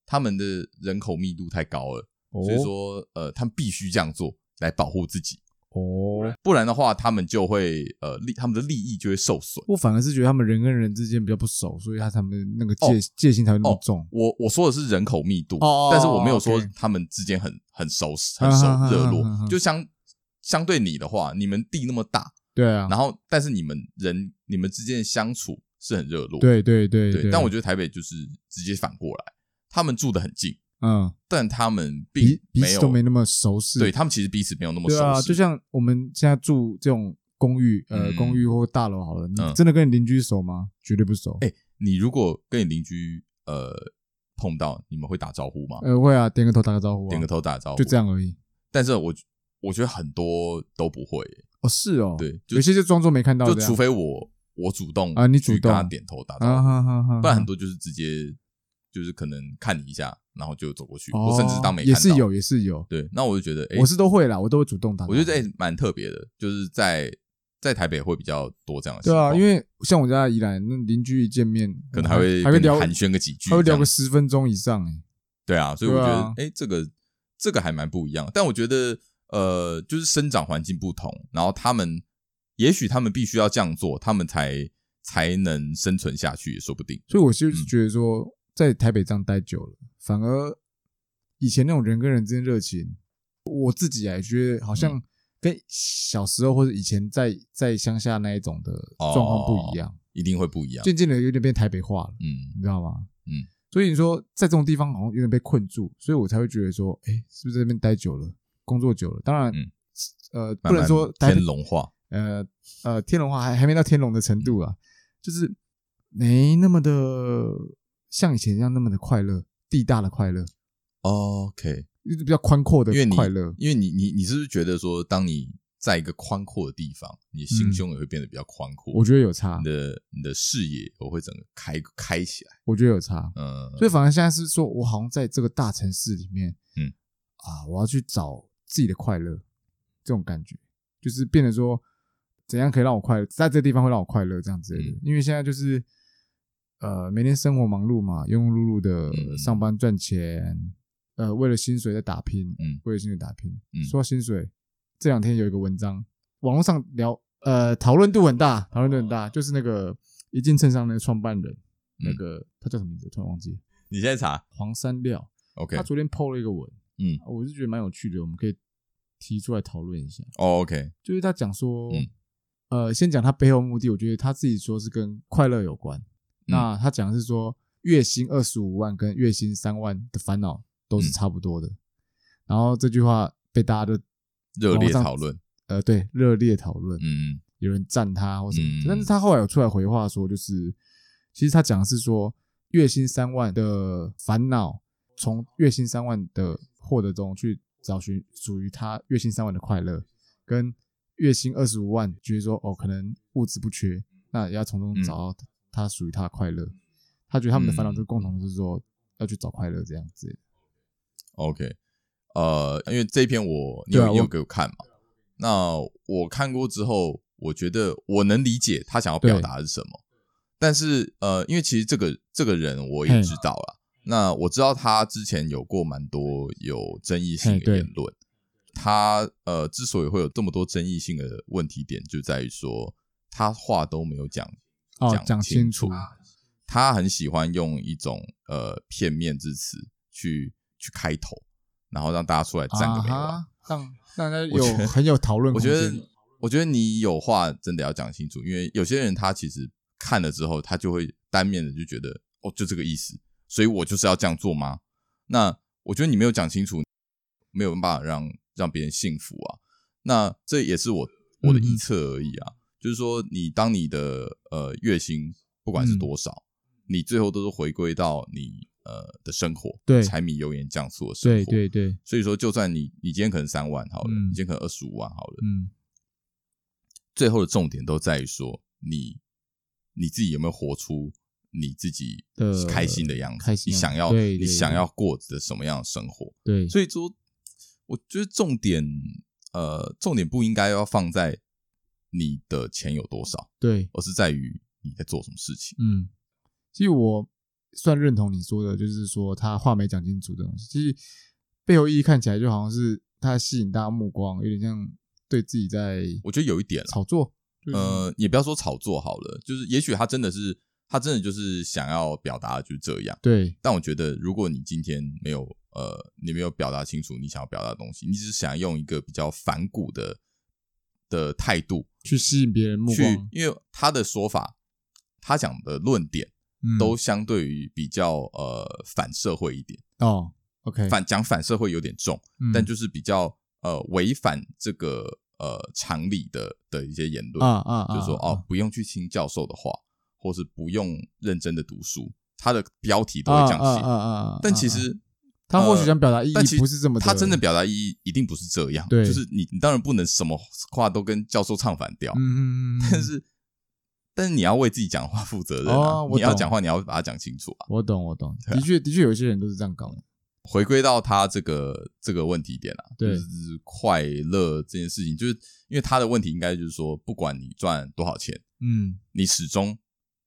B: 他们的人口密度太高了，
A: 哦
B: 所以说，呃，他们必须这样做来保护自己，
A: 哦，
B: 不然的话，他们就会呃利他们的利益就会受损。
A: 我反而是觉得他们人跟人之间比较不熟，所以他他们那个界、
B: 哦
A: 界限才会那么
B: 哦
A: 重。
B: 我我说的是人口密度，
A: 哦
B: 但是我没有说
A: OK
B: 他们之间很很熟很熟
A: 啊哈哈哈
B: 热络
A: 哈哈，
B: 就相相对你的话，你们地那么大。
A: 对啊，
B: 然后但是你们人你们之间的相处是很热络，
A: 对对对
B: 对但我觉得台北就是直接反过来，他们住的很近，
A: 嗯，
B: 但他们并
A: 彼彼
B: 没
A: 此
B: 有
A: 都没那么熟识。
B: 对他们其实彼此没有那么熟
A: 对
B: 悉，
A: 啊，就像我们现在住这种公寓，呃，
B: 嗯
A: 公寓或大楼好了，你
B: 嗯
A: 真的跟你邻居熟吗？绝对不熟。
B: 哎你如果跟你邻居呃碰到，你们会打招呼吗？
A: 呃，会啊，点个头，打个招呼、啊，
B: 点个，头打招呼，
A: 就这。样而已。
B: 但是我我觉得很多都不会，
A: 哦，是哦，
B: 对就
A: 有些就装作没看到
B: 就
A: 这样，
B: 除非我我主动
A: 啊你
B: 去
A: 主动
B: 跟他点头打
A: 啊
B: 招
A: 哈
B: 呼，
A: 哈哈，
B: 不然很多就是直接就是可能看你一下，然后就走过去，
A: 哦，
B: 我甚至当没看
A: 也
B: 到
A: 是有，也是有，
B: 对，那我就觉得，哎、
A: 我是都会啦，我都会主动打招呼。
B: 我觉得哎蛮特别的，就是在在台北会比较多这样的情
A: 对
B: 况，
A: 啊，因为像我家的宜兰，那邻居一见面，
B: 哦可能还会
A: 还
B: 跟
A: 会
B: 你
A: 聊，
B: 寒暄个几句，
A: 还会聊
B: 这
A: 个
B: 样
A: 十分钟以上哎。
B: 对啊，所以我觉
A: 对
B: 得
A: 啊
B: 哎、诶这个这个还蛮不一样，但我觉得呃，就是生长环境不同，然后他们也许他们必须要这样做，他们才才能生存下去，也说不定。
A: 所以我就是
B: 嗯
A: 觉得说，在台北这样待久了，反而以前那种人跟人之间热情，我自己啊也觉得好
B: 嗯
A: 像跟小时候或者以前在在乡下那一种的状况不一样，
B: 一定会不一哦样。
A: 渐渐的有点变台北化了，
B: 嗯，
A: 你知道吗？
B: 嗯，
A: 所以你说在这种地方好像有点被困住，所以我才会觉得说，哎，是不是在那边待久了，工作久了？当然，
B: 嗯
A: 呃，不
B: 慢
A: 能
B: 慢
A: 说台
B: 天
A: 北
B: 龙化，
A: 呃呃，天龙话还还没到天龙的程度
B: 嗯
A: 啊，就是没那么的像以前一样那么的快乐，地大的快乐，
B: OK，
A: 就是比较宽阔的
B: 因为你
A: 快乐。
B: 因为你你你是不是觉得说，当你在一个宽阔的地方，你的心
A: 嗯
B: 胸也会变得比较宽阔？
A: 我觉得有差
B: 你，的你的视野我会整个开开起来，
A: 我觉得有差，
B: 嗯，
A: 所以反而现在是说我好像在这个大城市里面，
B: 嗯
A: 啊，我要去找自己的快乐，这种感觉就是变得说怎样可以让我快乐，在这个地方会让我快乐这样子的，
B: 嗯
A: 因为现在就是。呃，每天生活忙碌嘛，庸庸碌碌的
B: 嗯
A: 上班赚钱，呃，为了薪水在打拼，
B: 嗯
A: 为了薪水打拼。
B: 嗯
A: 说到薪水，这两天有一个文章，网络上聊，呃，讨论度很大，讨论度很
B: 哦
A: 大，就是那个一进衬衫那个创办人，那
B: 嗯
A: 个他叫什么名字？我突然忘记了，
B: 你现在查
A: 黄山料，
B: ，OK，
A: 他昨天 PO 了一个文，啊
B: 嗯
A: 我是觉得蛮有趣的，我们可以提出来讨论一下。
B: 哦，OK，
A: 就是他讲说，
B: 嗯
A: 呃，先讲他背后目的，我觉得他自己说是跟快乐有关。
B: 嗯
A: 那他讲的是说，月薪二十五万跟月薪三万的烦恼都
B: 嗯
A: 是差不多的。然后这句话被大家都
B: 热烈
A: 网上
B: 讨论，
A: 呃对热烈讨论，
B: 嗯
A: 有人赞他或什么
B: 嗯
A: 的。但是他后来有出来回话说，就是其实他讲的是说，月薪三万的烦恼，从月薪三万的获得中去找寻属于他月薪三万的快乐，跟月薪二十五万觉得说哦，可能物质不缺，那也要从中
B: 嗯
A: 找到他属于他的快乐。他觉得他们的烦恼
B: 嗯
A: 都共同是说要去找快乐这样子。
B: ，OK，呃，因为这一篇我你
A: 对啊
B: 有你有
A: 我
B: 给我看嘛，那我看过之后，我觉得我能理解他想要表
A: 对
B: 达的是什么，但是呃，因为其实这个这个人我也
A: 嘿
B: 知道了，那我知道他之前有过蛮多有争议性
A: 嘿
B: 的
A: 对
B: 言论，他呃之所以会有这么多争议性的问题点，就在于说他话都没有讲
A: 哦
B: 讲
A: 讲
B: 清
A: 清楚
B: 他很喜欢用一种呃片面之词去去开头，然后让大家出来站个没完。
A: 啊哈让让大家
B: 我觉得
A: 有很有讨论
B: 我
A: 空
B: 觉
A: 间。
B: 得，我觉得你有话真的要讲清楚，因为有些人他其实看了之后，他就会单面的就觉得，哦，就这个意思，所以我就是要这样做吗？那我觉得你没有讲清楚，没有办法让让别人幸福啊。那这也是我我
A: 嗯
B: 的臆测而已啊，就是说你当你的呃月薪不管
A: 嗯
B: 是多少，你最后都是回归到你呃的生活，
A: 对
B: 柴米油盐酱醋的生活，
A: 对对对，
B: 所以说，就算你你今天可能三万好了，
A: 嗯
B: 你今天可能二十五万好了，
A: 嗯，
B: 最后的重点都在于说你你自己有没有活出你自己
A: 的
B: 开心的样子，
A: 开心
B: 你
A: 样子
B: 想要
A: 对
B: 你
A: 对
B: 想
A: 对
B: 要过着什么样的生活。
A: 对，
B: 所以说，我觉得重点呃，重点不应该要放在你的钱有多少，
A: 对，
B: 而是在于你在做什么事情。
A: 嗯，其实我算认同你说的，就是说他话没讲清楚的东西，其实背后意义看起来就好像是他吸引大家目光，有点像对自己在
B: 我觉得有一点啦，
A: 炒作，就是
B: 呃，也不要说炒作好了，就是也许他真的是他真的就是想要表达的就是这样。
A: 对
B: 但我觉得，如果你今天没有呃，你没有表达清楚你想要表达的东西，你只是想用一个比较反骨的的态度
A: 去吸引别人目
B: 去
A: 光，，
B: 因为他的说法，他讲的论点
A: 嗯
B: 都相对于比较呃反社会一点，
A: 哦，OK，
B: 反讲反社会有点重，
A: 嗯
B: 但就是比较呃违反这个呃常理的的一些言论
A: 啊啊，啊
B: 就是说
A: 啊
B: 哦，不用去听教授的话，或是不用认真的读书，他的标题都会
A: 啊
B: 这样
A: 啊
B: 写。
A: 啊啊啊，
B: 但
A: 啊
B: 其
A: 啊
B: 实
A: 他或许想表达意
B: 呃但
A: 义
B: 其实
A: 不是这么，嗯
B: 他真的，表达意义一定不是这样。
A: 对
B: 就是你你当然不能什么话都跟教授唱反调，
A: 嗯嗯嗯，
B: 但是但是你要为自己讲话负责任啊！
A: 哦我
B: 你要
A: 懂
B: 讲话，你要把它讲清楚啊！
A: 我懂我懂，的确的确有些人都是这样搞的，
B: 回归到他这个这个问题点啊，
A: 对
B: 就是快乐这件事情，就是因为他的问题应该就是说，不管你赚多少钱，
A: 嗯，
B: 你始终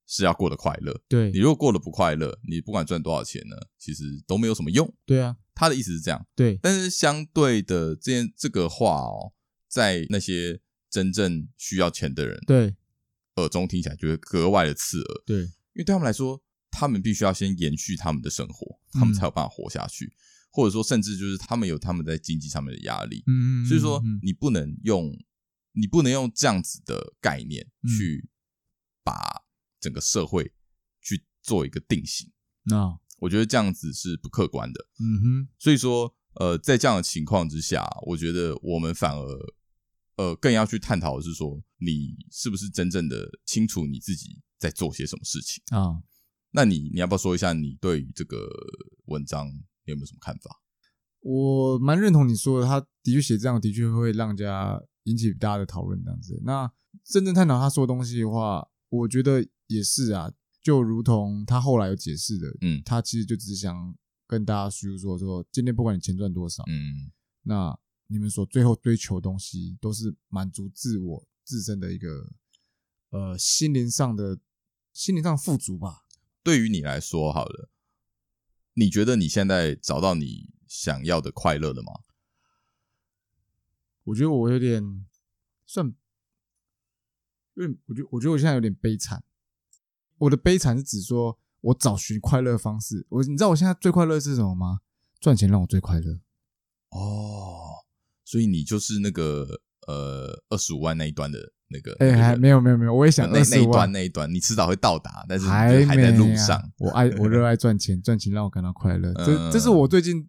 B: 是要过得快乐。
A: 对
B: 你如果过得不快乐，你不管赚多少钱呢，其实都没有什么用。
A: 对啊，
B: 他的意思是这样，
A: 对，
B: 但是相对的，这件这个话哦，在那些真正需要钱的人
A: 对
B: 耳中听起来，就会格外的刺耳，
A: 对，
B: 因为对他们来说，他们必须要先延续他们的生活，他
A: 嗯
B: 们才有办法活下去，或者说，甚至就是他们有他们在经济上面的压力，
A: 嗯，嗯
B: 所以说
A: 嗯嗯
B: 你不能用你不能用这样子的概念
A: 嗯
B: 去把整个社会去做一个定型，
A: 那
B: 我觉得这样子是不客观的。
A: 嗯哼，
B: 所以说，呃，在这样的情况之下，我觉得我们反而呃更要去探讨的是说，你是不是真正的清楚你自己在做些什么事情？
A: 啊，
B: 那你你要不要说一下你对于这个文章你有没有什么看法？
A: 我蛮认同你说的，他的确写这样的确会让人家引起大家的讨论这样子。那真正探讨他说的东西的话，我觉得也是啊，就如同他后来有解释的，
B: 嗯
A: 他其实就只是想跟大家叙述说，说今天不管你钱赚多少，
B: 嗯
A: 那你们所最后追求的东西，都是满足自我自身的一个呃心灵上的心灵上的富足吧。
B: 对于你来说，好了，你觉得你现在找到你想要的快乐了吗？
A: 我觉得我有点算，有点，我觉得我觉得我现在有点悲惨。我的悲惨是指说我找寻快乐的方式。我你知道我现在最快乐是什么吗？赚钱让我最快乐。
B: 哦，所以你就是那个呃二十五万那一端的那个，
A: 哎、
B: 那个
A: 还
B: 人
A: 没有没有没有，我也想
B: 那
A: 二
B: 那
A: 十
B: 一
A: 万
B: 端，那一端，你迟早会到达，但是你
A: 还
B: 就还在
A: 没
B: 路
A: 啊
B: 上。
A: 我爱我热爱赚钱，赚钱让我感到快乐。这
B: 嗯
A: 这是我最近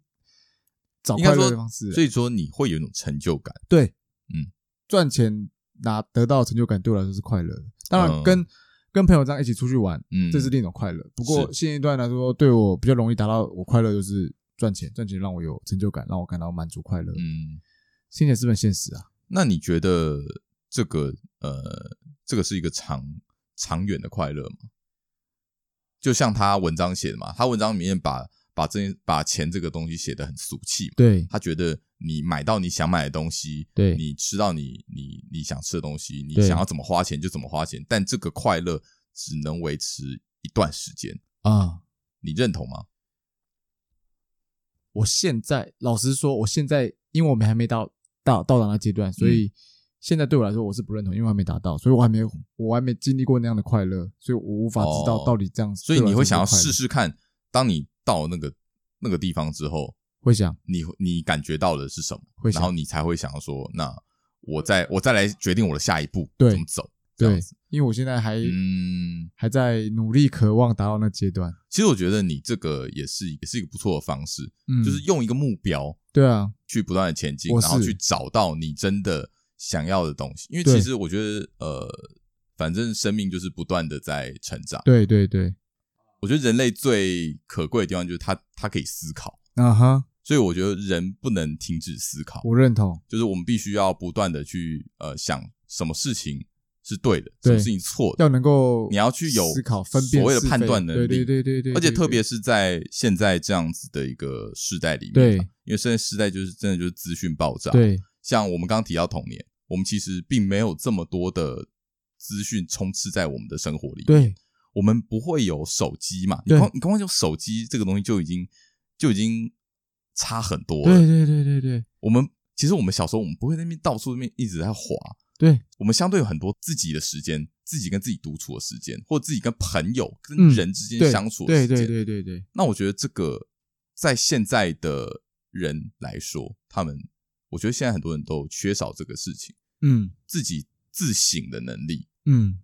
A: 找
B: 应该
A: 快乐
B: 说
A: 的方式。，
B: 所以说你会有一种成就感。
A: 对，
B: 嗯，
A: 赚钱拿得到的成就感对我来说是快乐的。当然
B: 嗯
A: 跟、跟朋友这样一起出去玩，
B: 嗯，
A: 这是另一种快乐。不过现阶段来说，对我比较容易达到我快乐就是赚钱，赚钱让我有成就感，让我感到满足快乐。嗯，
B: 嗯，
A: 听起来是不是很现实啊？
B: 那你觉得这个呃，这个是一个长长远的快乐吗？就像他文章写的嘛，他文章里面把把这件把钱这个东西写得很俗气嘛。
A: 对
B: 他觉得你买到你想买的东西，
A: 对
B: 你吃到你你你想吃的东西，你
A: 对
B: 想要怎么花钱就怎么花钱，但这个快乐只能维持一段时间，
A: 啊，
B: 你认同吗？
A: 我现在老实说，我现在因为我们还没到到到达那阶
B: 嗯
A: 段，所以现在对我来说我是不认同，因为我还没达到，所以我还没有我还没经历过那样的快乐，所以我无法知道
B: 哦
A: 到底啊这样。
B: 所以你会想要试
A: 试？
B: 试看，当你到那个那个地方之后，
A: 会想
B: 你你感觉到的是什么
A: 会，想
B: 然后你才会想要说，那我再我再来决定我的下一步
A: 对
B: 怎么走，这
A: 对
B: 样子。，
A: 因为我现在还
B: 嗯，
A: 还在努力渴望达到那阶段，
B: 其实我觉得你这个也是也是一个不错的方式，
A: 嗯，
B: 就是用一个目标
A: 对啊，
B: 去不断的前进，
A: 我是
B: 然后去找到你真的想要的东西。因为
A: 对
B: 其实我觉得，呃，反正生命就是不断的在成长。
A: 对对对，
B: 我觉得人类最可贵的地方就是他他可以思考，
A: 啊哈，
B: 所以我觉得人不能停止思考，
A: 我认同，
B: 就是我们必须要不断的去呃想什么事情是对的，什
A: 对
B: 么事情错的，
A: 要能够
B: 你要去有
A: 思考分辨
B: 所谓的
A: 是非
B: 判断能力
A: 对对对对对，
B: 而且
A: 对
B: 特别是在现在这样子的一个时代里面，
A: 对，
B: 啊因为现在时代就是真的就是资讯爆炸，，
A: 对
B: 像我们刚刚提到童年，我们其实并没有这么多的资讯充斥在我们的生活里，，
A: 对
B: 我们不会有手机嘛，你
A: 对
B: 光你光用手机这个东西就已经就已经差很多了，
A: 对对对对对
B: 我们其实我们小时候我们不会在那边到处那边一直在滑，
A: 对，
B: 我们相对有很多自己的时间，自己跟自己独处的时间，或自己跟朋友跟
A: 嗯
B: 人之间
A: 对
B: 相处的时
A: 对
B: 间，
A: 对对对对，
B: 那我觉得这个在现在的人来说，他们我觉得现在很多人都缺少这个事情，
A: 嗯
B: 自己自省的能力。
A: 嗯，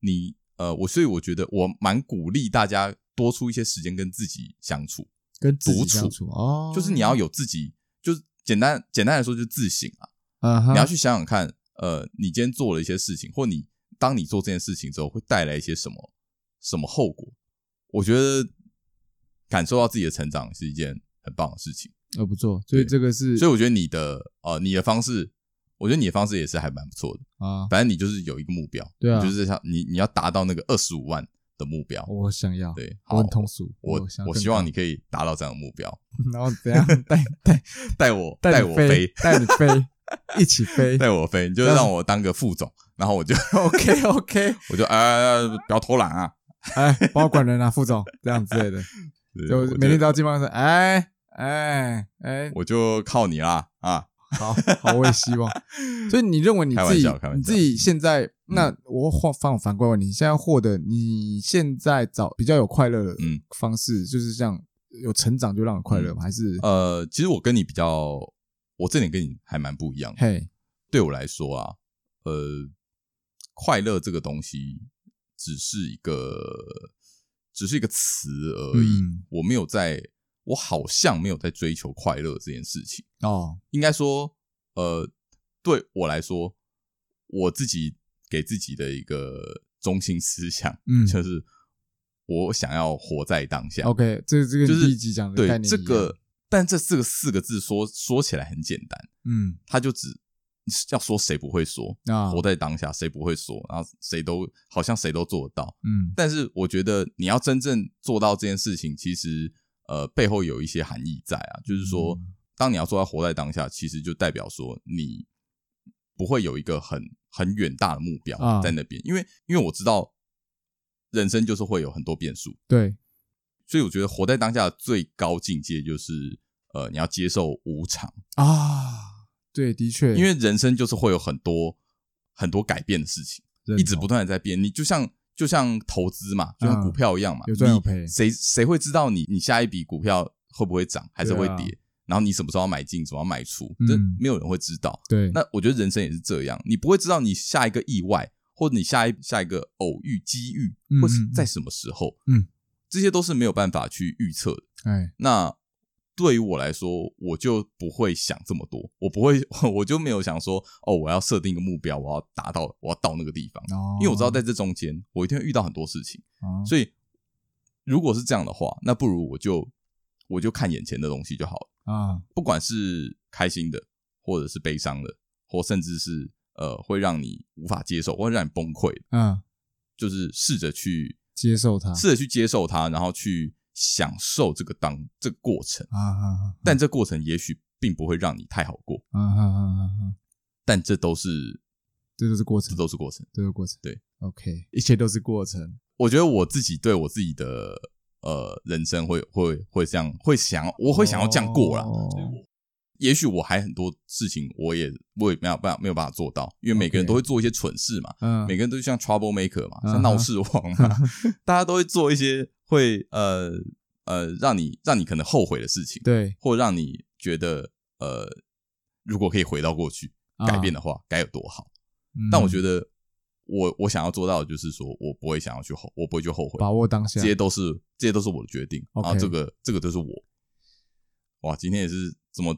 B: 你呃，我所以我觉得我蛮鼓励大家多出一些时间跟自己相处，
A: 跟自
B: 独
A: 己
B: 处
A: 相处哦，
B: 就是你要有自己，就是简单简单来说就是自省啊，
A: 啊哈，
B: 你要去想想看，呃，你今天做了一些事情，或你当你做这件事情之后会带来一些什么什么后果。我觉得感受到自己的成长是一件很棒的事情。
A: 呃不错，所以
B: 对
A: 这个是
B: 所以我觉得你的呃你的方式，我觉得你的方式也是还蛮不错的。
A: 啊，
B: 反正你就是有一个目标，
A: 对啊
B: 你就是想你你要达到那个二十五万的目标，
A: 我想要，
B: 对，
A: 我
B: 好，
A: 很通俗，
B: 我
A: 想
B: 我
A: 更
B: 希望
A: 高
B: 你，可以达到这样的目标，
A: 然后怎样带带
B: 带我
A: 带
B: 带
A: 你
B: 我飞，
A: 带你 飞，一起飞，
B: 带我飞，你 就
A: 这样
B: 让我当个副总，然后我就
A: OK OK，
B: 我就呃不要偷懒啊，
A: 哎，帮我管人啊，副总这样之类的，
B: 对
A: 就
B: 我就
A: 每天都要进办公室，哎哎哎，
B: 我就靠你啦啊！
A: 好好，我也希望。所以你认为你
B: 开
A: 自
B: 玩
A: 己
B: 笑开玩笑嗯
A: 你自己现在，那我换反反过来问你，现在获得你现在找比较有快乐的
B: 嗯
A: 方式，就是这样有成长就让你快乐吗？还是
B: 呃，其实我跟你比较，我这点跟你还蛮不一样的。
A: 嘿
B: 对我来说啊，呃，快乐这个东西只是一个，只是一个词而已。
A: 嗯
B: 我没有在，我好像没有在追求快乐这件事情。
A: 哦
B: 应该说，呃，对我来说，我自己给自己的一个中心思想，
A: 嗯
B: 就是我想要活在当下。
A: ，OK，这这个
B: 就是
A: 第一集讲的概
B: 对
A: 念
B: 这
A: 一样
B: 个，但这四个四个字说说起来很简单，
A: 嗯
B: 他就只要说谁不会说，
A: 啊
B: 活在当下谁不会说，然后谁都好像谁都做得到。
A: 嗯
B: 但是我觉得你要真正做到这件事情，其实呃背后有一些含义在啊，就是说，
A: 嗯
B: 当你要做到活在当下，其实就代表说你不会有一个很很远大的目标
A: 啊
B: 在那边，因为因为我知道人生就是会有很多变数，
A: 对
B: 所以我觉得活在当下的最高境界就是呃你要接受无常。
A: 啊，对，的确，
B: 因为人生就是会有很多很多改变的事情，
A: 认
B: 一直
A: 同
B: 不断的在变。你就像就像投资嘛，就
A: 嗯
B: 像股票一样嘛，
A: 有赚有
B: 你
A: 赔
B: 谁谁会知道你你下一笔股票会不会涨，还是
A: 对
B: 会
A: 啊
B: 跌？然后你什么时候要买进，什么时候要卖出，
A: 嗯
B: 这没有人会知道。
A: 对
B: 那我觉得人生也是这样，你不会知道你下一个意外，或者你下一下一个偶遇、机遇
A: 嗯，
B: 或是
A: 嗯
B: 在
A: 嗯
B: 什么时候，
A: 嗯，
B: 这些都是没有办法去预测的。
A: 哎
B: 那对于我来说，我就不会想这么多，我不会， 我就没有想说，哦，我要设定一个目标，我要达到，我要到那个地方，
A: 哦，
B: 因为我知道在这中间，我一定会遇到很多事情，
A: 哦
B: 所以如果是这样的话，那不如我就我就看眼前的东西就好了，
A: 啊
B: 不管是开心的，或者是悲伤的，或甚至是呃会让你无法接受，或者让你崩溃的，
A: 嗯，
B: 就是试着去
A: 接受它
B: 试着去接受它，然后去享受这个当这个过程。
A: 啊啊
B: 但这过程也许并不会让你太好过，
A: 啊啊啊啊，
B: 但这都是
A: 这就是过
B: 这
A: 程，
B: 都是过程。
A: 这个过程，
B: 对
A: ，OK，一切都是过程，
B: 我觉得我自己对我自己的呃人生会会会这样会想，我会想要这样过啦。
A: 哦
B: 也许我还很多事情，我也我也没有办法没有办法做到，因为每个人
A: OK
B: 都会做一些蠢事嘛，
A: 嗯，
B: 每个人都像 trouble maker 嘛，
A: 嗯
B: 像闹事王 嘛，大家都会做一些会呃呃让你让你可能后悔的事情，
A: 对
B: 或让你觉得呃如果可以回到过去改变
A: 的，嗯
B: 的话，该有多好。但我觉
A: 得
B: 得我我想要做到的就是说我不会想要去后，我不会去后悔，
A: 把握当下
B: 这。些都是这些都是我的决定，然
A: OK
B: 后这个这个都是我。哇，今天也是怎么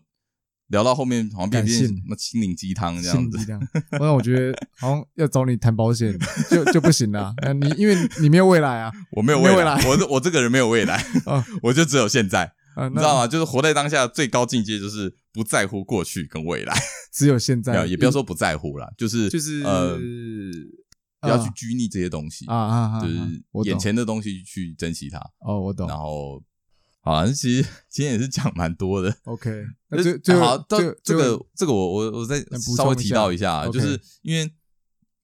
B: 聊到后面好像变
A: 感
B: 变
A: 性
B: 什么心灵鸡汤这样
A: 心
B: 子
A: 理，这样，不然我觉得好像要找你谈保险就就不行啦。那你因为你没有未来啊，
B: 我没有
A: 没有
B: 未
A: 未
B: 来，我这我这个人没 有未来
A: 啊，
B: 我就只有现在，
A: 啊，
B: 你
A: 那
B: 知道吗？就是活在当下最高境界就是不在乎过去跟未来，
A: 只有现
B: 没有
A: 在，
B: 也不要说不在乎啦，就是
A: 就是
B: 呃，不要去
A: 啊
B: 拘泥这些东西
A: 啊，啊啊，
B: 就
A: 啊
B: 是
A: 我懂
B: 眼前的东西去珍惜它，
A: 哦，我懂
B: 然。后。好啊，其实今天也是讲蛮多的，
A: OK，那
B: 就
A: 最最
B: 好，
A: 后
B: 到
A: 最后
B: 这
A: 最
B: 个
A: 后
B: 这个我我我再
A: 补充
B: 稍微
A: 一
B: 提
A: 下
B: 到一下，啊
A: OK
B: 就是因为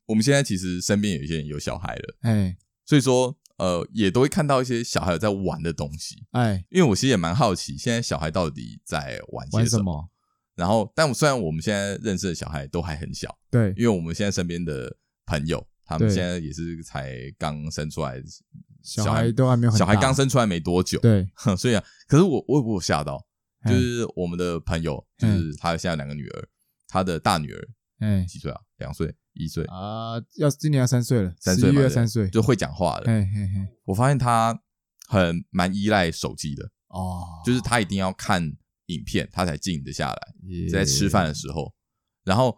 B: 我们现在其实身边有一些人有小孩了，
A: 哎
B: 所以说呃也都会看到一些小孩有在玩的东西。
A: 哎
B: 因为我其实也蛮好奇，现在小孩到底在玩些
A: 玩
B: 什
A: 什
B: 么？
A: 么？
B: 然后，但我虽然我们现在认识的小孩都还很小，
A: 对
B: 因为我们现在身边的朋友，他们
A: 对
B: 现在也是才刚生出来，
A: 小
B: 小孩
A: 孩都还没有很
B: 小孩
A: 大
B: 刚生出来没多久，
A: 对，
B: 所以啊，可是我我有我有吓到，就
A: 哎
B: 是我们的朋友，就是他现在有两个女儿，他的大女儿
A: 哎
B: 几岁啊？两岁、一岁，
A: 啊，要今年要三岁了，
B: 三
A: 十
B: 岁
A: 一
B: 嘛，
A: 月
B: 对
A: 三岁，
B: 就会讲话了。
A: 嘿嘿嘿，
B: 我发现他很蛮依赖手机的，
A: 哦，
B: 就是他一定要看影片，他才静得下来。
A: 是
B: 在吃饭的时候，然后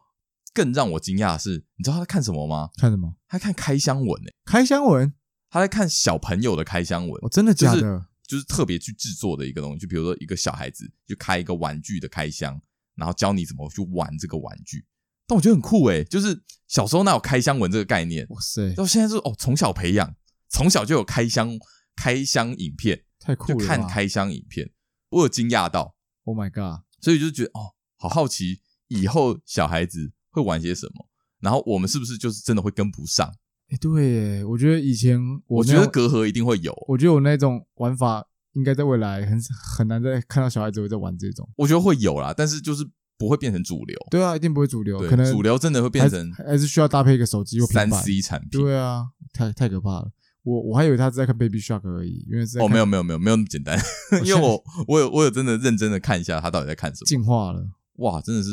B: 更让我惊讶的是，你知道他在看什么吗？
A: 看什么？
B: 他在看开箱文诶、欸
A: 开箱文，
B: 他在看小朋友的开箱文
A: 哦，，真的
B: 就
A: 假
B: 是
A: 的？
B: 就是特别去制作的一个东西，就比如说一个小孩子就开一个玩具的开箱，然后教你怎么去玩这个玩具。但我觉得很酷诶、就是小时候哪有开箱文这个概念，
A: 哇塞，
B: 到现在是哦从小培养，从小就有开箱开箱影片，
A: 太酷
B: 就
A: 了吧！
B: 看开箱影片，我有惊讶到，
A: ，Oh my god，
B: 所以就觉得哦，好好奇以后小孩子会玩些什么，然后我们是不是就是真的会跟不上？
A: 哎，对耶，我觉得以前
B: 我
A: 我那
B: 觉得
A: 种
B: 隔阂一定会有，
A: 我觉得我那种玩法，应该在未来很很难再看到小孩子会在玩这种。
B: 我觉得会有啦，但是就是不会变成主流，
A: 对啊，一定不会主流，
B: 对
A: 可能
B: 主流真的会变
A: 还
B: 成
A: 还是需要搭配一个手机或平
B: 三
A: 板。
B: C 产品。哦
A: 对啊，太太可怕了。我我还以为他是在看 Baby Shark 而已，因为是在看
B: 哦，
A: 哦
B: 没有没有没有没有那么简单， 因为我我有我有真的认真的看一下他到底在看什么，
A: 进化了，
B: 哇，真的是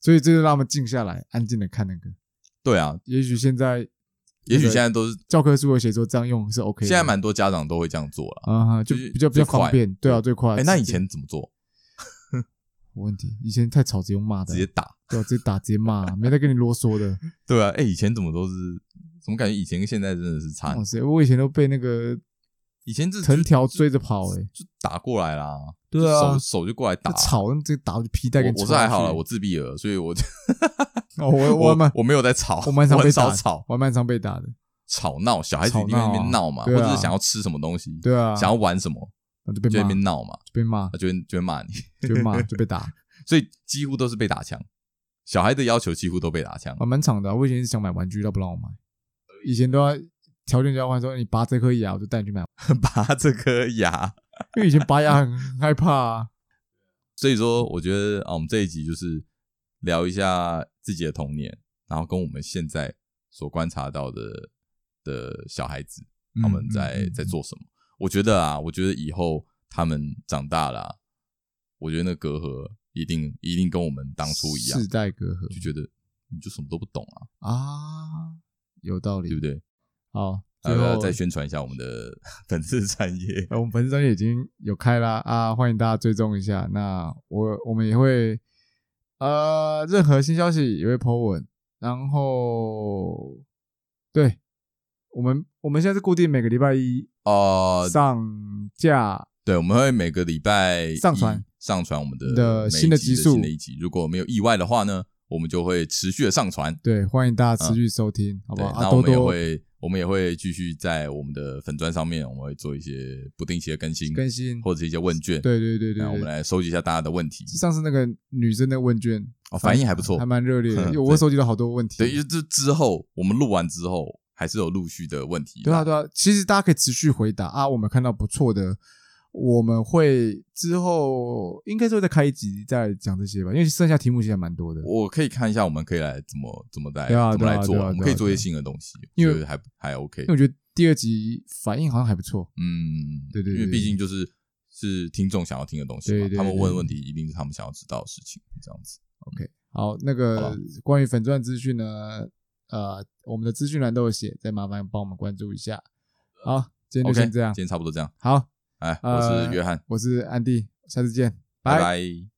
A: 所以这就让他们静下来，安静的看那个。
B: 对啊，
A: 也许现在
B: 也许
A: 对
B: 现在都是
A: 教科书有写说这样用是 OK 的。
B: 现在蛮多家长都会这样做了。
A: 啊哈，就
B: 就是
A: 比较比较
B: 最快
A: 方便，对啊，最快。
B: 哎，那以前怎么做？
A: 有问题，以前太吵直接用骂的，
B: 直接打？
A: 对啊，直接打直接骂，没在跟你啰嗦 的。
B: 对啊，哎，以前怎么都是，怎么感觉以前跟现在真的是差很
A: 哇塞，我以前都被那个
B: 以前啊这
A: 藤哦条追着跑欸
B: 就打过来啦，
A: 对啊
B: 就手手就过来打，
A: 那吵，那直接打我就皮带给
B: 我
A: 你
B: 我
A: 戳
B: 是
A: 下去。
B: 还好了，我自闭了，所以我就
A: 哦，我
B: 我
A: 我蛮
B: 我没有在吵，
A: 我蛮常被
B: 很
A: 打
B: 少
A: 的
B: 吵
A: 我还蛮常被打的。
B: 吵闹，小孩子一定
A: 吵闹啊
B: 在那边闹嘛，或
A: 对啊
B: 者是想要吃什么东西，
A: 对啊，
B: 想要玩什么，
A: 那就被
B: 就在那
A: 骂，
B: 边闹嘛，
A: 就被骂
B: 他，就会就会骂你，
A: 就被骂，就被打，
B: 所以几乎都是被打枪。小孩的要求几乎都被打枪
A: 啊，，蛮长的啊。我以前是想买玩具，他不让我买，以前都要条件交换，说你拔这颗牙，我就带你去买，
B: 拔这颗牙。
A: 因为以前拔牙很很害怕啊。
B: 所以说，我觉得啊，我们这一集就是聊一下自己的童年，然后跟我们现在所观察到的的小孩子，
A: 嗯
B: 他们在、
A: 嗯嗯
B: 在做什么。我觉得啊，我觉得以后他们长大了啊、我觉得那个隔阂一定一定跟我们当初一样
A: 世，代隔阂
B: 就觉得你就什么都不懂
A: 啊，
B: 啊，
A: 有道
B: 对
A: 理
B: 不。对？
A: 好，
B: 还
A: 最
B: 要
A: 后
B: 再宣传一下我们的 粉丝专业，
A: 呃我们粉丝专业已经有开啦啊，欢迎大家追踪一下。那我我们也会呃，任何新消息也会 po 文，然后对我们我们现在是固定每个礼拜一
B: 哦，
A: 上架，
B: 对，我们会每个礼拜
A: 上传
B: 一上传我们的
A: 的
B: 每一
A: 新的
B: 集
A: 集数
B: 新的一集。如果没有意外的话呢，我们就会持续的上传，
A: 对，欢迎大家持续收听，好不
B: 嗯
A: 好？
B: 对，
A: 啊，
B: 那
A: 多
B: 我们也
A: 多
B: 会我们也会继续在我们的粉砖上面，我们会做一些不定期的更新，
A: 更新，
B: 或者是一些问卷，
A: 对对对对
B: 那我们
A: 对。
B: 来收集一下大家的问题。
A: 上次那个女生的问卷
B: 哦，反应还不错
A: 还，蛮热 烈的，
B: 呵
A: 因为我收集了好多问题。
B: 对，因为这之后我们录完之后，还是有陆续的问题。
A: 对啊，，对啊，其实大家可以持续回答啊，我们看到不错的，我们会之后应该就会再开一集再讲这些吧，因为剩下题目其实还蛮多的。
B: 我可以看一下，我们可以来怎么怎么来
A: 对啊
B: 怎么来
A: 对啊
B: 做，
A: 对啊
B: 我们
A: 对啊
B: 可以做
A: 对
B: 一些
A: 啊
B: 新的东西，
A: 因为
B: 我觉得还还 OK
A: 因为。我觉得第二集反应好像还不错，
B: 嗯，
A: 对对
B: 因为
A: 对
B: 毕竟就是是听众想要听的东西嘛，
A: 对对
B: 他们
A: 对
B: 问的问题一定是他们想要知道的事情，这样子。
A: 好，那
B: 好
A: 个
B: 吧
A: 关于粉钻资讯呢，呃，我们的资讯栏都有写，再麻烦帮我们关注一下。好，今天就
B: OK，
A: 先这样
B: 今。天差不多这样。
A: 好，
B: 哎，我
A: 呃
B: 是约翰，
A: 我是安迪，下次见，
B: 拜
A: 拜
B: 拜